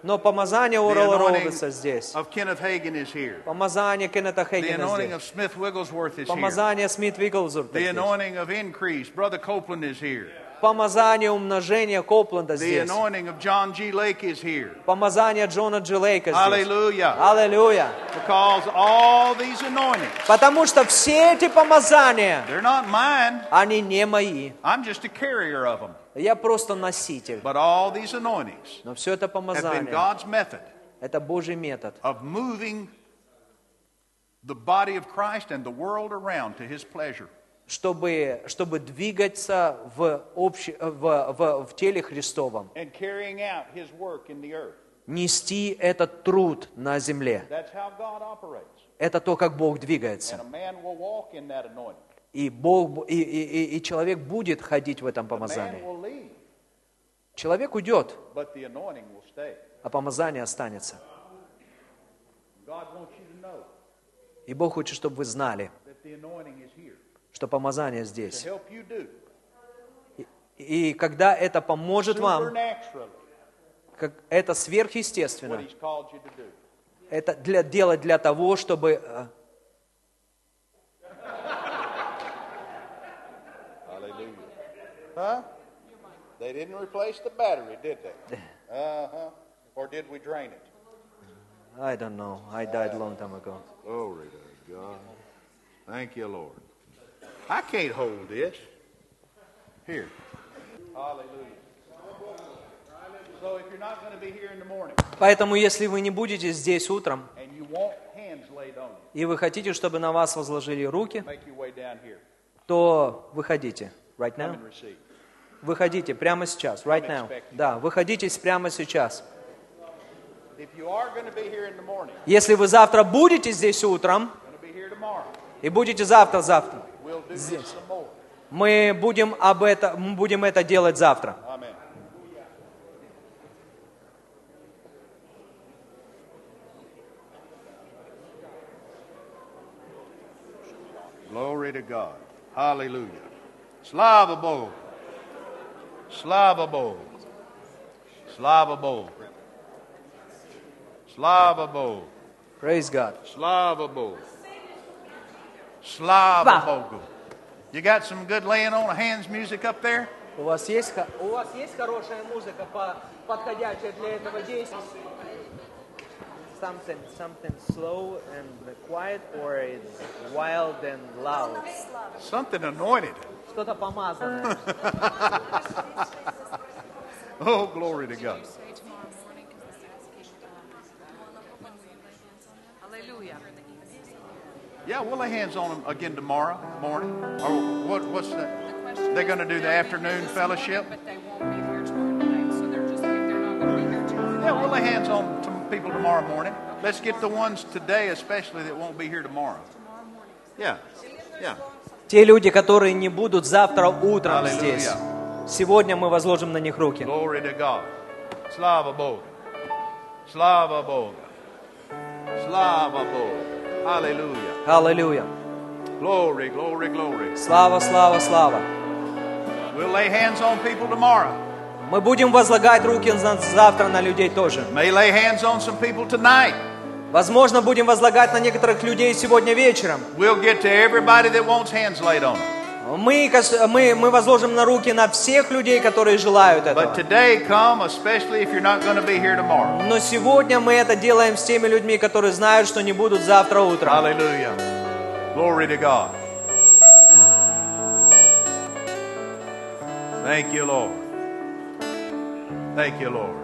Но помазание
The
Орла Робертса
anointing
здесь,
of Kenneth Hagan is here.
помазание Кеннета
The
Хейгена
anointing of
здесь,
Smith Wigglesworth is here.
помазание Смит Вигглзурта
The
здесь,
anointing of increase, Brother Copeland is here.
помазание умножения Копленда
The
здесь,
anointing of John G. Lake is here.
помазание Джона Джилейка здесь. Ah.
Hallelujah.
Аллилуйя!
Because all these anointings,
Потому что все эти помазания,
they're not mine.
они не мои.
I'm just a carrier of them.
Я просто носитель.
But all these anointings
Но все это
have been
помазание,
God's method
это Божий метод.
of moving the body of Christ and the world around to his pleasure.
чтобы, чтобы двигаться в, обще- в, в, в теле Христовом,
and carrying out his work in the earth.
нести этот труд на земле.
That's how God operates.
Это то, как Бог
And
двигается.
a man will walk in that anointing.
И, Бог, бу- и, и, и- и человек будет ходить в этом
The man
помазании.
will leave,
Человек уйдет,
but the anointing will stay.
а помазание останется.
God wants you to know
И Бог хочет, чтобы вы знали,
that the anointing is here
что помазание
to
здесь.
help you do
И когда это поможет вам,
supernaturally
как это
what
сверхъестественно,
he's called you to do.
это для, делать для того, чтобы... э,
Hallelujah. Huh? They didn't replace the battery, did they? Uh huh. Or did we drain it?
I don't know, I died long time ago.
Glory to God. Thank you, Lord. I can't hold this. Here. Hallelujah. So if you're not going to be here in the morning
Поэтому, если вы не будете здесь утром,
and you want hands laid on you,
и вы хотите, чтобы на вас возложили руки,
make your way down here.
то выходите. Right
Come
now.
and receive.
Выходите прямо сейчас. Right now. Да, выходите прямо сейчас.
If you are going to be here in the morning,
Если вы завтра будете здесь утром
going to be here tomorrow,
и будете завтра-завтра,
we'll do this some more.
мы будем, об это, мы будем это делать завтра.
Amen. Glory to God. Hallelujah. Slava Bogu. Slava Bogu. Slava Bogu. Slava Bogu.
Praise God.
Slava Bogu. Slava Bogu. You got some good laying on of hands music up there?
У вас есть, хо- у вас есть хорошая музыка, по- подходящая для этого действия? Something, something slow and quiet, or it's wild and loud.
Something anointed.
Что-то помазанное.
Oh, glory to God.
say tomorrow morning because the salespeople will. Hallelujah.
Yeah, we'll lay hands on them again tomorrow morning. Or what, what's that? They're going to do the afternoon fellowship.
But they won't be here tomorrow night, so they're just, they're not going to be here tomorrow.
Yeah, we'll lay hands on to people tomorrow morning. Let's get the ones today, especially that won't be here tomorrow. Yeah, yeah.
Те люди, которые не будут завтра утром
Аллилуйя.
здесь, сегодня мы возложим на них руки.
Glory to God. Slava Boga. Slava Boga. Slava Boga. Hallelujah.
Аллилуйя.
Glory, glory, glory.
Слава, слава, слава.
We'll lay hands on people tomorrow.
Мы будем возлагать руки на- завтра на людей тоже.
May lay hands on some people tonight.
Возможно, будем возлагать на некоторых людей сегодня вечером.
We'll get to everybody that wants hands laid on them.
Мы, кос- мы, мы возложим на руки на всех людей, которые желают
But
этого.
today, come, especially if you're not going to be here tomorrow.
Но сегодня мы это делаем с теми людьми, которые знают, что не будут завтра утром.
Hallelujah. Glory to God. Thank you, Lord. Thank you, Lord.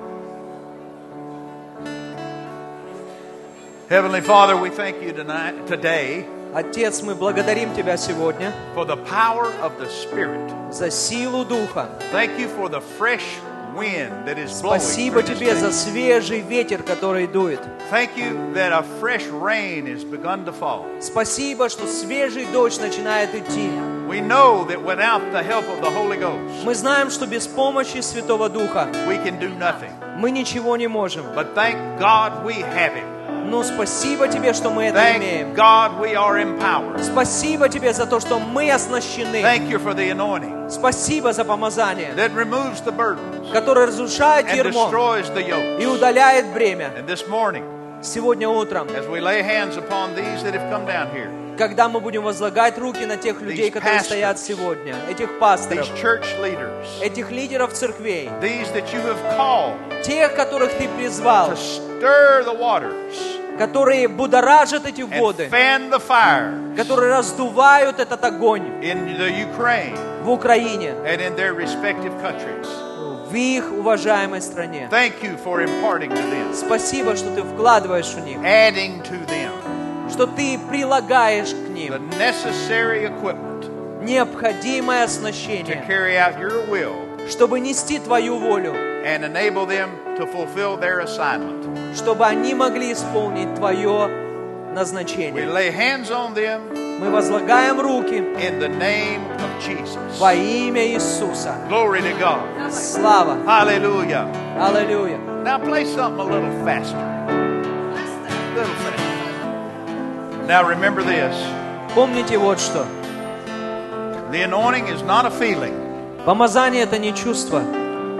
Heavenly Father, we thank you tonight, today,
Отец, мы благодарим Тебя сегодня
for the power of the Spirit.
за силу Духа.
Thank you for the fresh wind that is blowing.
Спасибо
through this
тебе за
thing.
свежий ветер, который дует.
Thank you that a fresh rain has begun to fall.
Спасибо, что свежий дождь начинает идти.
We know that without the help of the Holy Ghost,
Мы знаем, что без помощи Святого Духа
we can do nothing.
мы ничего не можем.
But thank God we have Him.
Но спасибо тебе, что мы это
Thank
имеем.
God we are empowered.
Спасибо тебе за то, что мы оснащены.
Thank you for the anointing
Спасибо за помазание,
that removes the burdens
которое разрушает
and
ермо
destroys the yoke.
и удаляет бремя.
And this morning,
Сегодня утром,
as we lay hands upon these that have come down here,
когда мы будем возлагать руки на тех людей, которые стоят сегодня, этих пасторов,
these church leaders,
этих лидеров церквей,
these that you have called
тех, которых ты призвал,
to stir the waters
которые будоражат эти
and
воды,
fan the fire
которые раздувают этот огонь
in the Ukraine
в Украине,
and in their respective countries.
в их уважаемой стране.
Thank you for imparting to them,
Спасибо, что ты вкладываешь в них,
adding to them
что ты прилагаешь к
the
ним
necessary equipment
необходимое
to
оснащение,
carry out your will
чтобы нести твою волю,
and enable them to fulfill their assignment.
чтобы они могли исполнить твое
We
назначение.
lay hands on them
Мы возлагаем руки
in the name of Jesus.
во имя Иисуса.
Glory to God.
Слава!
Hallelujah.
Аллилуйя!
Now play something a little faster. A little faster. Now remember this
Помните вот что.
the anointing is not a feeling,
Помазание – это не чувство,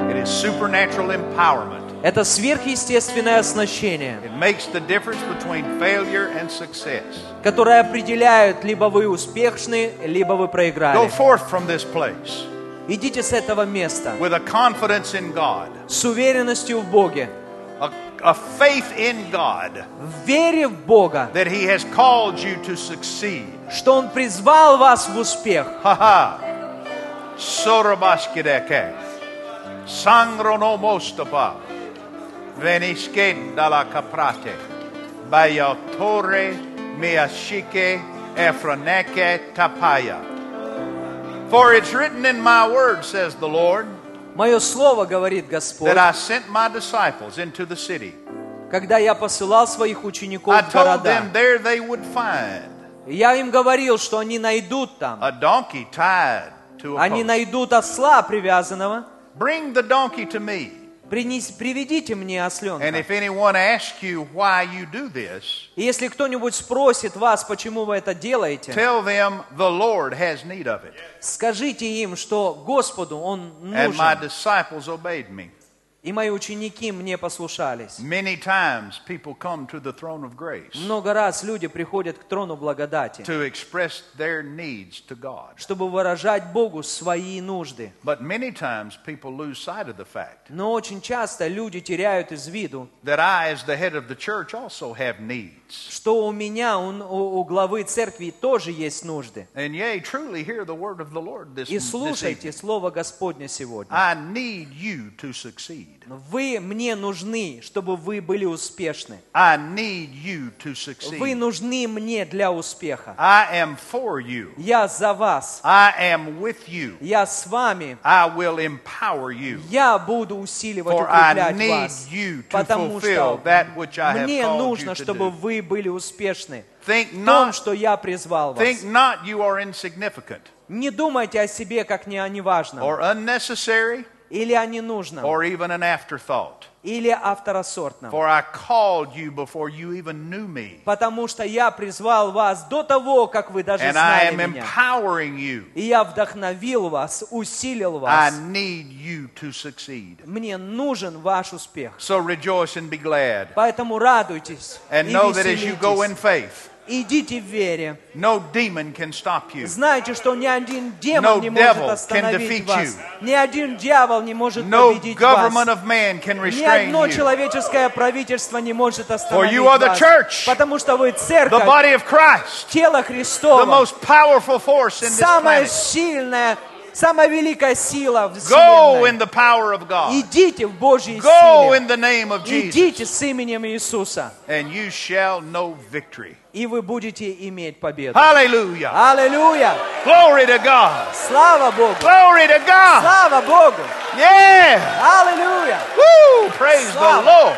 it is supernatural empowerment.
это сверхъестественное оснащение,
It makes the difference between failure and success.
которое определяет, либо вы успешны, либо вы
Go
проиграли.
forth from this place
Идите с этого места
with a confidence in God,
с уверенностью в Боге,
a, a faith in God
в вере в Бога,
that He has called you to succeed.
что Он призвал вас в успех.
Ha ha. Sorobashkideke. Sangronomostapa. Venishke dalla caprate. Bayatore meashike efraneke tapaya. For it's written in my word, says the Lord,
Мое слово, говорит Господь,
that I sent my disciples into the city.
когда я посылал своих учеников
I
в
told them
города,
there they would find
я им говорил, что они найдут там,
a donkey tied to a
они
post.
найдут осла привязанного,
Bring the donkey to me.
Принес- приведите мне
And
осленка.
if anyone asks you why you do this,
И если кто-нибудь спросит вас, почему вы это делаете,
tell them the Lord has need of it.
скажите им, что Господу Он
And my
нужен.
disciples obeyed me.
И мои ученики мне послушались.
Many times people come to the throne of grace
Много раз люди приходят к трону благодати,
to express their needs to God.
чтобы выражать Богу свои нужды.
But many times people lose sight of the fact
Но очень часто люди теряют из виду,
that I, as the head of the church, also have needs.
что у меня, у, у- у главы церкви тоже есть нужды.
And yea, truly hear the word of the Lord this,
И
this evening.
слушайте Слово Господне сегодня.
I need you to succeed.
Вы мне нужны, чтобы вы были успешны.
I need you to
Вы
succeed.
нужны мне для успеха.
I am for you.
Я за вас.
I am with you.
Я с вами.
I will empower you.
Я буду усиливать,
For I
укреплять
need
вас.
you to
Потому
fulfill
что
that which I have
мне
called
нужно,
you to
чтобы
do.
вы были успешны
Think
в том,
not,
что я призвал вас.
think not you are insignificant
Не думайте о себе как не о неважном,
or unnecessary
или о ненужном,
or even an afterthought.
или о второсортном.
For I called you before you even knew me.
Потому что я призвал вас до того, как вы даже
And I am
знали меня.
empowering you.
И я вдохновил вас, усилил вас.
I need you to succeed.
Мне нужен ваш успех.
So rejoice and be glad.
Поэтому радуйтесь
And
и
know that as you go in
веселитесь.
faith,
Идите в вере.
no demon can stop you.
Знайте, что ни один демон
No
не может
devil can defeat
остановить вас.
you.
Ни один дьявол не может
No
победить
government
вас.
of man can
Ни
restrain
одно
you.
человеческое правительство не может остановить
you are the
вас.
church,
потому что вы
The
церковь,
body of Christ,
тело
the
Христово,
most powerful force in this
самое
planet,
сильное Самая великая сила в
Go
вселенной.
in the power of God.
Идите в Божьей
Go
силе.
in the name of Jesus,
Идите с именем Иисуса,
and you shall know victory.
и вы будете иметь победу. Ah.
Hallelujah.
Аллилуйя!
Glory to God.
Слава Богу!
Glory to God.
Слава Богу!
Yeah.
Аллилуйя!
Woo. Praise the
Слава.
Lord.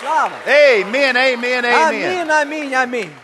Слава!
Amen, amen, amen.
Аминь, аминь, аминь.